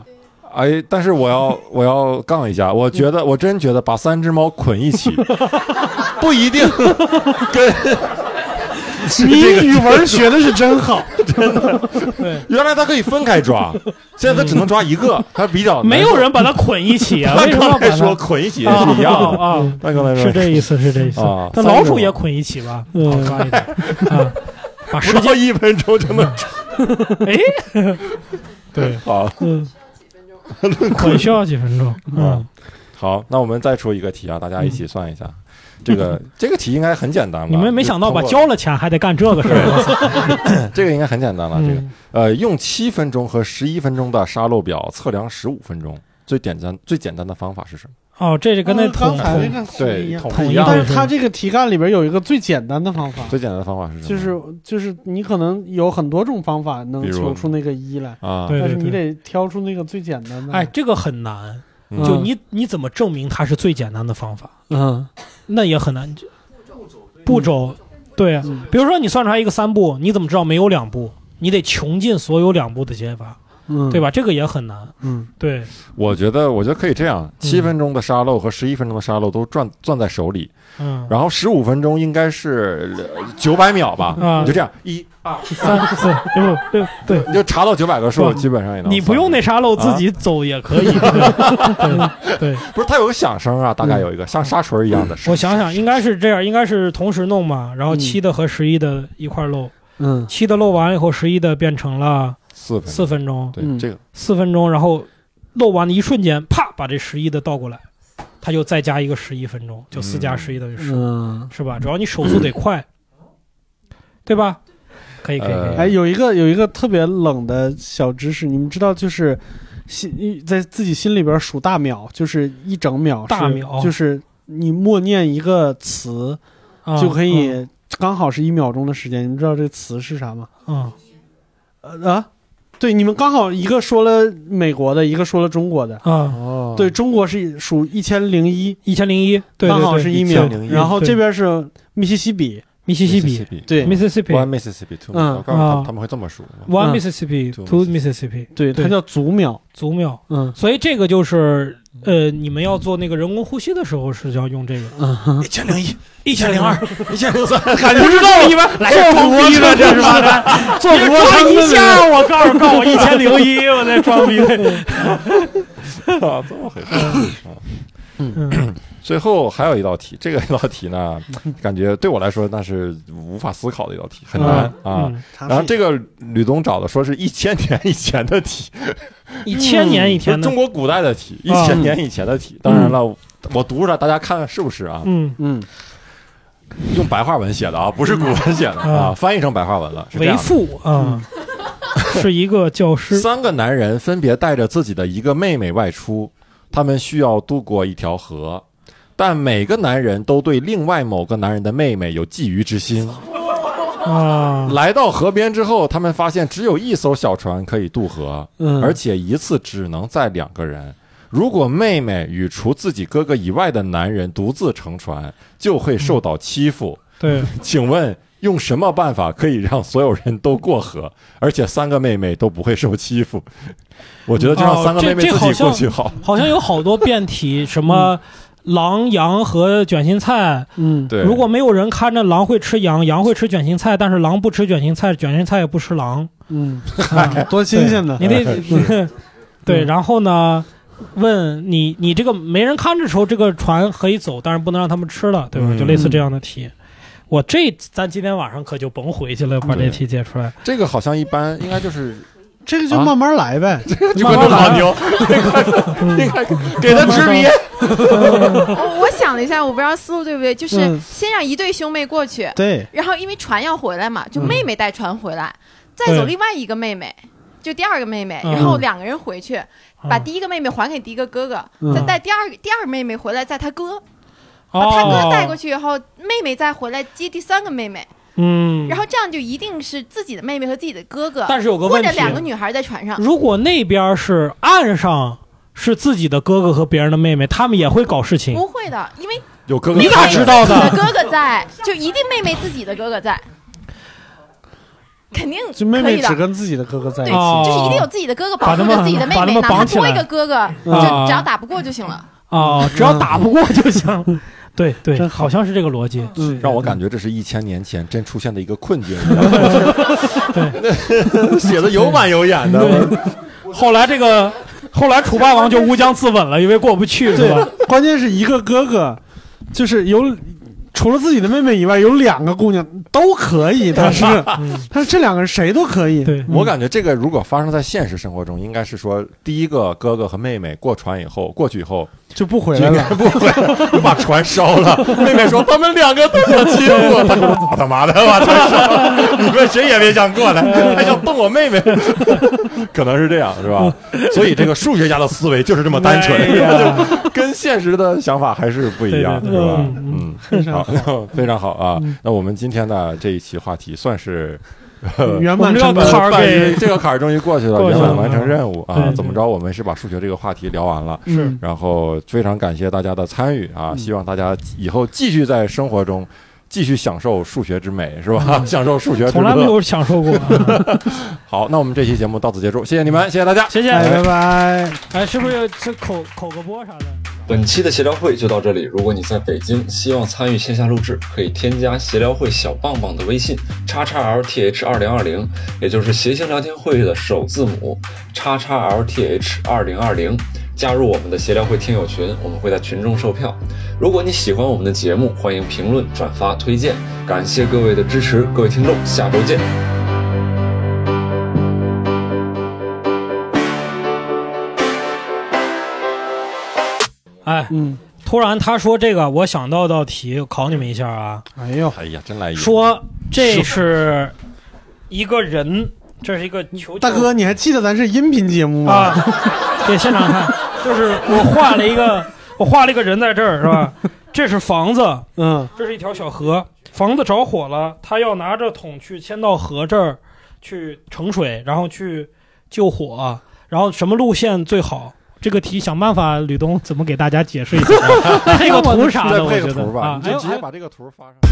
哎，但是我 要我要杠一下，我觉
嗯
得我真觉得把三只猫捆一 起，不一定跟。是
你
这个
语文学的是真好，
真的。原来它可以分开抓，现在它只能抓一
嗯
个，它比较难
没有
受
人把它捆一起 啊
他
为什么要
刚
把它
才说捆一起是一样的
啊啊啊
他刚才说
是这意思，是这意思
啊。
那老鼠也捆一起吧，
嗯
好抓一点啊，把时
不到
间
一分钟就能抓。
哎，对，
好，
嗯， 捆需要几分钟，嗯，
好，那我们再出一个题啊，大家一起算一
嗯
下。这个这个题应该很简单吧？
你们没想到吧？交了钱还得干这个事 儿，
这个应该很简单了。这个
嗯
呃，用七分钟和十一分钟的沙漏表测量十五分钟，最简单最简单的方法是什么？
哦，这是跟
嗯
那
啊刚
桶
才那
桶
个是一样
对统一样
但是它这个题干里边有一个最简单的方法，
最简单的方法是什么？
就是就是你可能有很多种方法能
比如
求出那个一来
啊
对对
但是你
对
得挑出那个最简单的。
哎，，这个很难，
嗯
就你你怎么证明它是最简单的方法？
嗯，
那也很难。步骤，对
嗯
啊，比如说你算出来一个三步，你怎么知道没有两步？你得穷尽所有两步的解法，
嗯
对吧？这个也很难，
嗯，
对，
我觉得，我觉得可以这
嗯
样：七分钟的沙漏和十一分钟的沙漏都攥攥在手里，
嗯，
然后十五分钟应该是九百秒吧？
啊
你就这样，一二
三四六六， 对，
你就查到九百个数，
不
基本上也能。
你不用那沙漏，
啊
自己走也可以。对， 对
不是它有个响声啊，大
嗯
概有一个像沙锤一样的声。
我想想，应该是这样，应该是同时弄嘛，然后七的和十一的一块漏，
嗯，
七的漏完了以后，十一的变成了
四分
四分钟，
嗯
对这个
四分钟，然后漏完的一瞬间，啪，把这十一的倒过来，它就再加一个十一分钟，就四加十一等于十，
嗯，
是吧？主要你手速 得快，对吧？可以可以
呃
可以，
哎，有一个有一个特别冷的小知识，你们知道就是心在自己心里边数大秒，就是一整秒是，
大秒
就是你默念一个词、
啊
就可以刚好是一秒钟的时间。你们知道这词是啥吗？
嗯，
呃啊，对，你们刚好一个说了美国的，一个说了中国的。
啊，
哦
对中国是数一千零一，
一千零一，对对
刚好
对
是一秒
1001。
然后
对
这边是密西西比，
密西西比
对
One
Mississippi
Mississippi Two，
嗯
我告诉他们
啊
他们会这么数。
one
嗯
Mississippi
Two
two Mississippi，
对，它
对
叫足秒。
足秒。
嗯
所以这个就是呃，你们要做那个人工呼吸的时候是要用这个
嗯，
一千零一，
一千零二，
一千零三，
感觉知道
一般来装逼
了，这是吧？做俯卧撑的
一
这
下，
是
我告诉告诉我一千零一，我在装 逼。
啊，这么回事啊。
嗯，
最后还有一道题，这个道题 呢，感觉对我来说那是无法思考的一道题，很难啊。
嗯
然后这个吕东找的说是一千年以前的题，嗯
一千年以
就
前
是
的
中，国古代的题，一
啊
千年以前的题。当然了，我读出来大家看看是不是啊？
嗯，
嗯，
用白话文写的啊，不是古文写的啊，
啊
翻译成白话文了。是这样
为
的
父啊， 是一个教师，
三个男人分别带着自己的一个妹妹外出，他们需要渡过一条河，但每个男人都对另外某个男人的妹妹有觊觎之心。
啊，
来到河边之后，他们发现只有一艘小船可以渡河，
嗯
而且一次只能载两个人。如果妹妹与除自己哥哥以外的男人独自乘船，就会受到欺负。
对，
请问用什么办法可以让所有人都过河，而且三个妹妹都不会受欺负？ 我觉得就让
哦
三个妹妹
这这
自己过
好像
去好。嗯
好像有好多辩题，什么狼、羊和卷心菜。
嗯，
对，
如果没有人看着狼会吃羊，羊会吃卷心菜，但是狼不吃卷心菜，卷心菜也不吃狼。啊
嗯，多新鲜的！
嗯
你得对，然后呢，问你，你这个没人看着的时候，这个船可以走，但是不能让他们吃了，对吧？
嗯
就类似这样的题。我这咱今天晚上可就甭回去了，把这题解出来。
这个好像一般应该就是
这个就慢慢来呗，
啊 就
慢慢
跟
来
老牛， 你看给他吃瘪。
哦我我想了一下，我不知道思路对不对，就是
嗯
先让一对兄妹过去，
对
然后因为船要回来嘛，就
嗯
妹妹带船回来，再走
对
另外一个妹妹，就第二个妹妹，
嗯
然后两个人回去，
嗯
把第一个妹妹还给第一个哥哥，
嗯
再带第二个第二个妹妹回来载他哥，把他哥带过
哦，
去以后，妹妹再回来接第三个妹妹，
嗯，
然后这样就一定是自己的妹妹和自己的哥哥，
但是有个
或
问题
者两个女孩在船上，
如果那边是岸上是自己的哥哥和别人的妹妹，他们也会搞事情。
不会的，因为
有哥
你咋知道
自己的
的？
哥哥在，就一定妹妹自己的哥哥在，肯定
就妹
可
妹
以的
只跟自己的哥哥在一
对，
起。
哦
就是一定有自己的哥哥保
把
护
他
着
们
自己的妹
把他
妹，
们
哪怕
绑起
多
来
一个哥哥，就
啊
只要打不过就行了。
哦，
嗯
只要打不过就行。 对对，好像是这个逻辑。
嗯，
让我感觉这是一千年前真出现的一个困 境，那 写的有板有眼的， 我
后来这个，后来楚霸王就乌江自刎了，因为过不去，是吧？
对，关键是一个哥哥，就是有除了自己的妹妹以外，有两个姑娘都可 以，他是，他是这两个人谁都可以。嗯
嗯对，
我感觉这个如果发生在现实生活中，应该是说第一个哥哥和妹妹过船以后，过去以后
就不回
就
来
应
了
该。不回来，就 把船烧 了。妹妹 说他们两个都想亲我，他说操他妈的，把船烧了，你们谁也别想过来，还想动我妹妹，可能是这样是 吧？所以这个数学家的思维就是这么单纯，就 跟现实的想法还是不一样，
对
是
对对
吧？
嗯
嗯，好， 非常好啊。那我们今天呢这一期话题算是。呃
圆满
我
成
们
功
这
半
个坎儿
半
给
月这个坎儿终于过去了，
过去
圆
了
满完成任务
对
啊！
对
怎么着，我们是把数学这个话题聊完了。
是
然后非常感谢大家的参与
嗯
啊！希望大家以后继续在生活中继续享受数学之美，是吧？ 享受数学之
嗯从来没
乐。
有享 受过。啊
好，那我们这期节目到此结束，谢谢你们，谢谢大家。
谢谢。
哎拜拜。
哎，是不是这口口个播啥的？
本期的协聊会就到这里。如果你在北京，希望参与线下录制，可以添加协聊会小棒棒的微信叉叉 LTH 二零二零，也就是谐星聊天会的首字母叉叉 LTH 二零二零，加入我们的协聊会听友群，我们会在群中售票。如果你喜欢我们的节目，欢迎评论、转发、推荐。感谢各位的支持，各位听众，下周见。
哎，
嗯，
突然他说这个，我想到道题，我考你们一下啊。
哎呦，
哎呀，真来一个
说这是一个人，这是一个球 球
大哥，你还记得咱是音频节目吗？
啊，给现场看，就是我画了一个，我画了一个人在这儿是吧？这是房子，
嗯，
这是一条小河，房子着火了，他要拿着桶去牵到河这儿去盛水，然后去救火，然后什么路线最好？这个题想办 法，吕东怎么给大家解释一下？配个图啥
再
的，我
配个
觉得
图吧，
啊，
你
还有
就直
还
接
有
把这个图发上。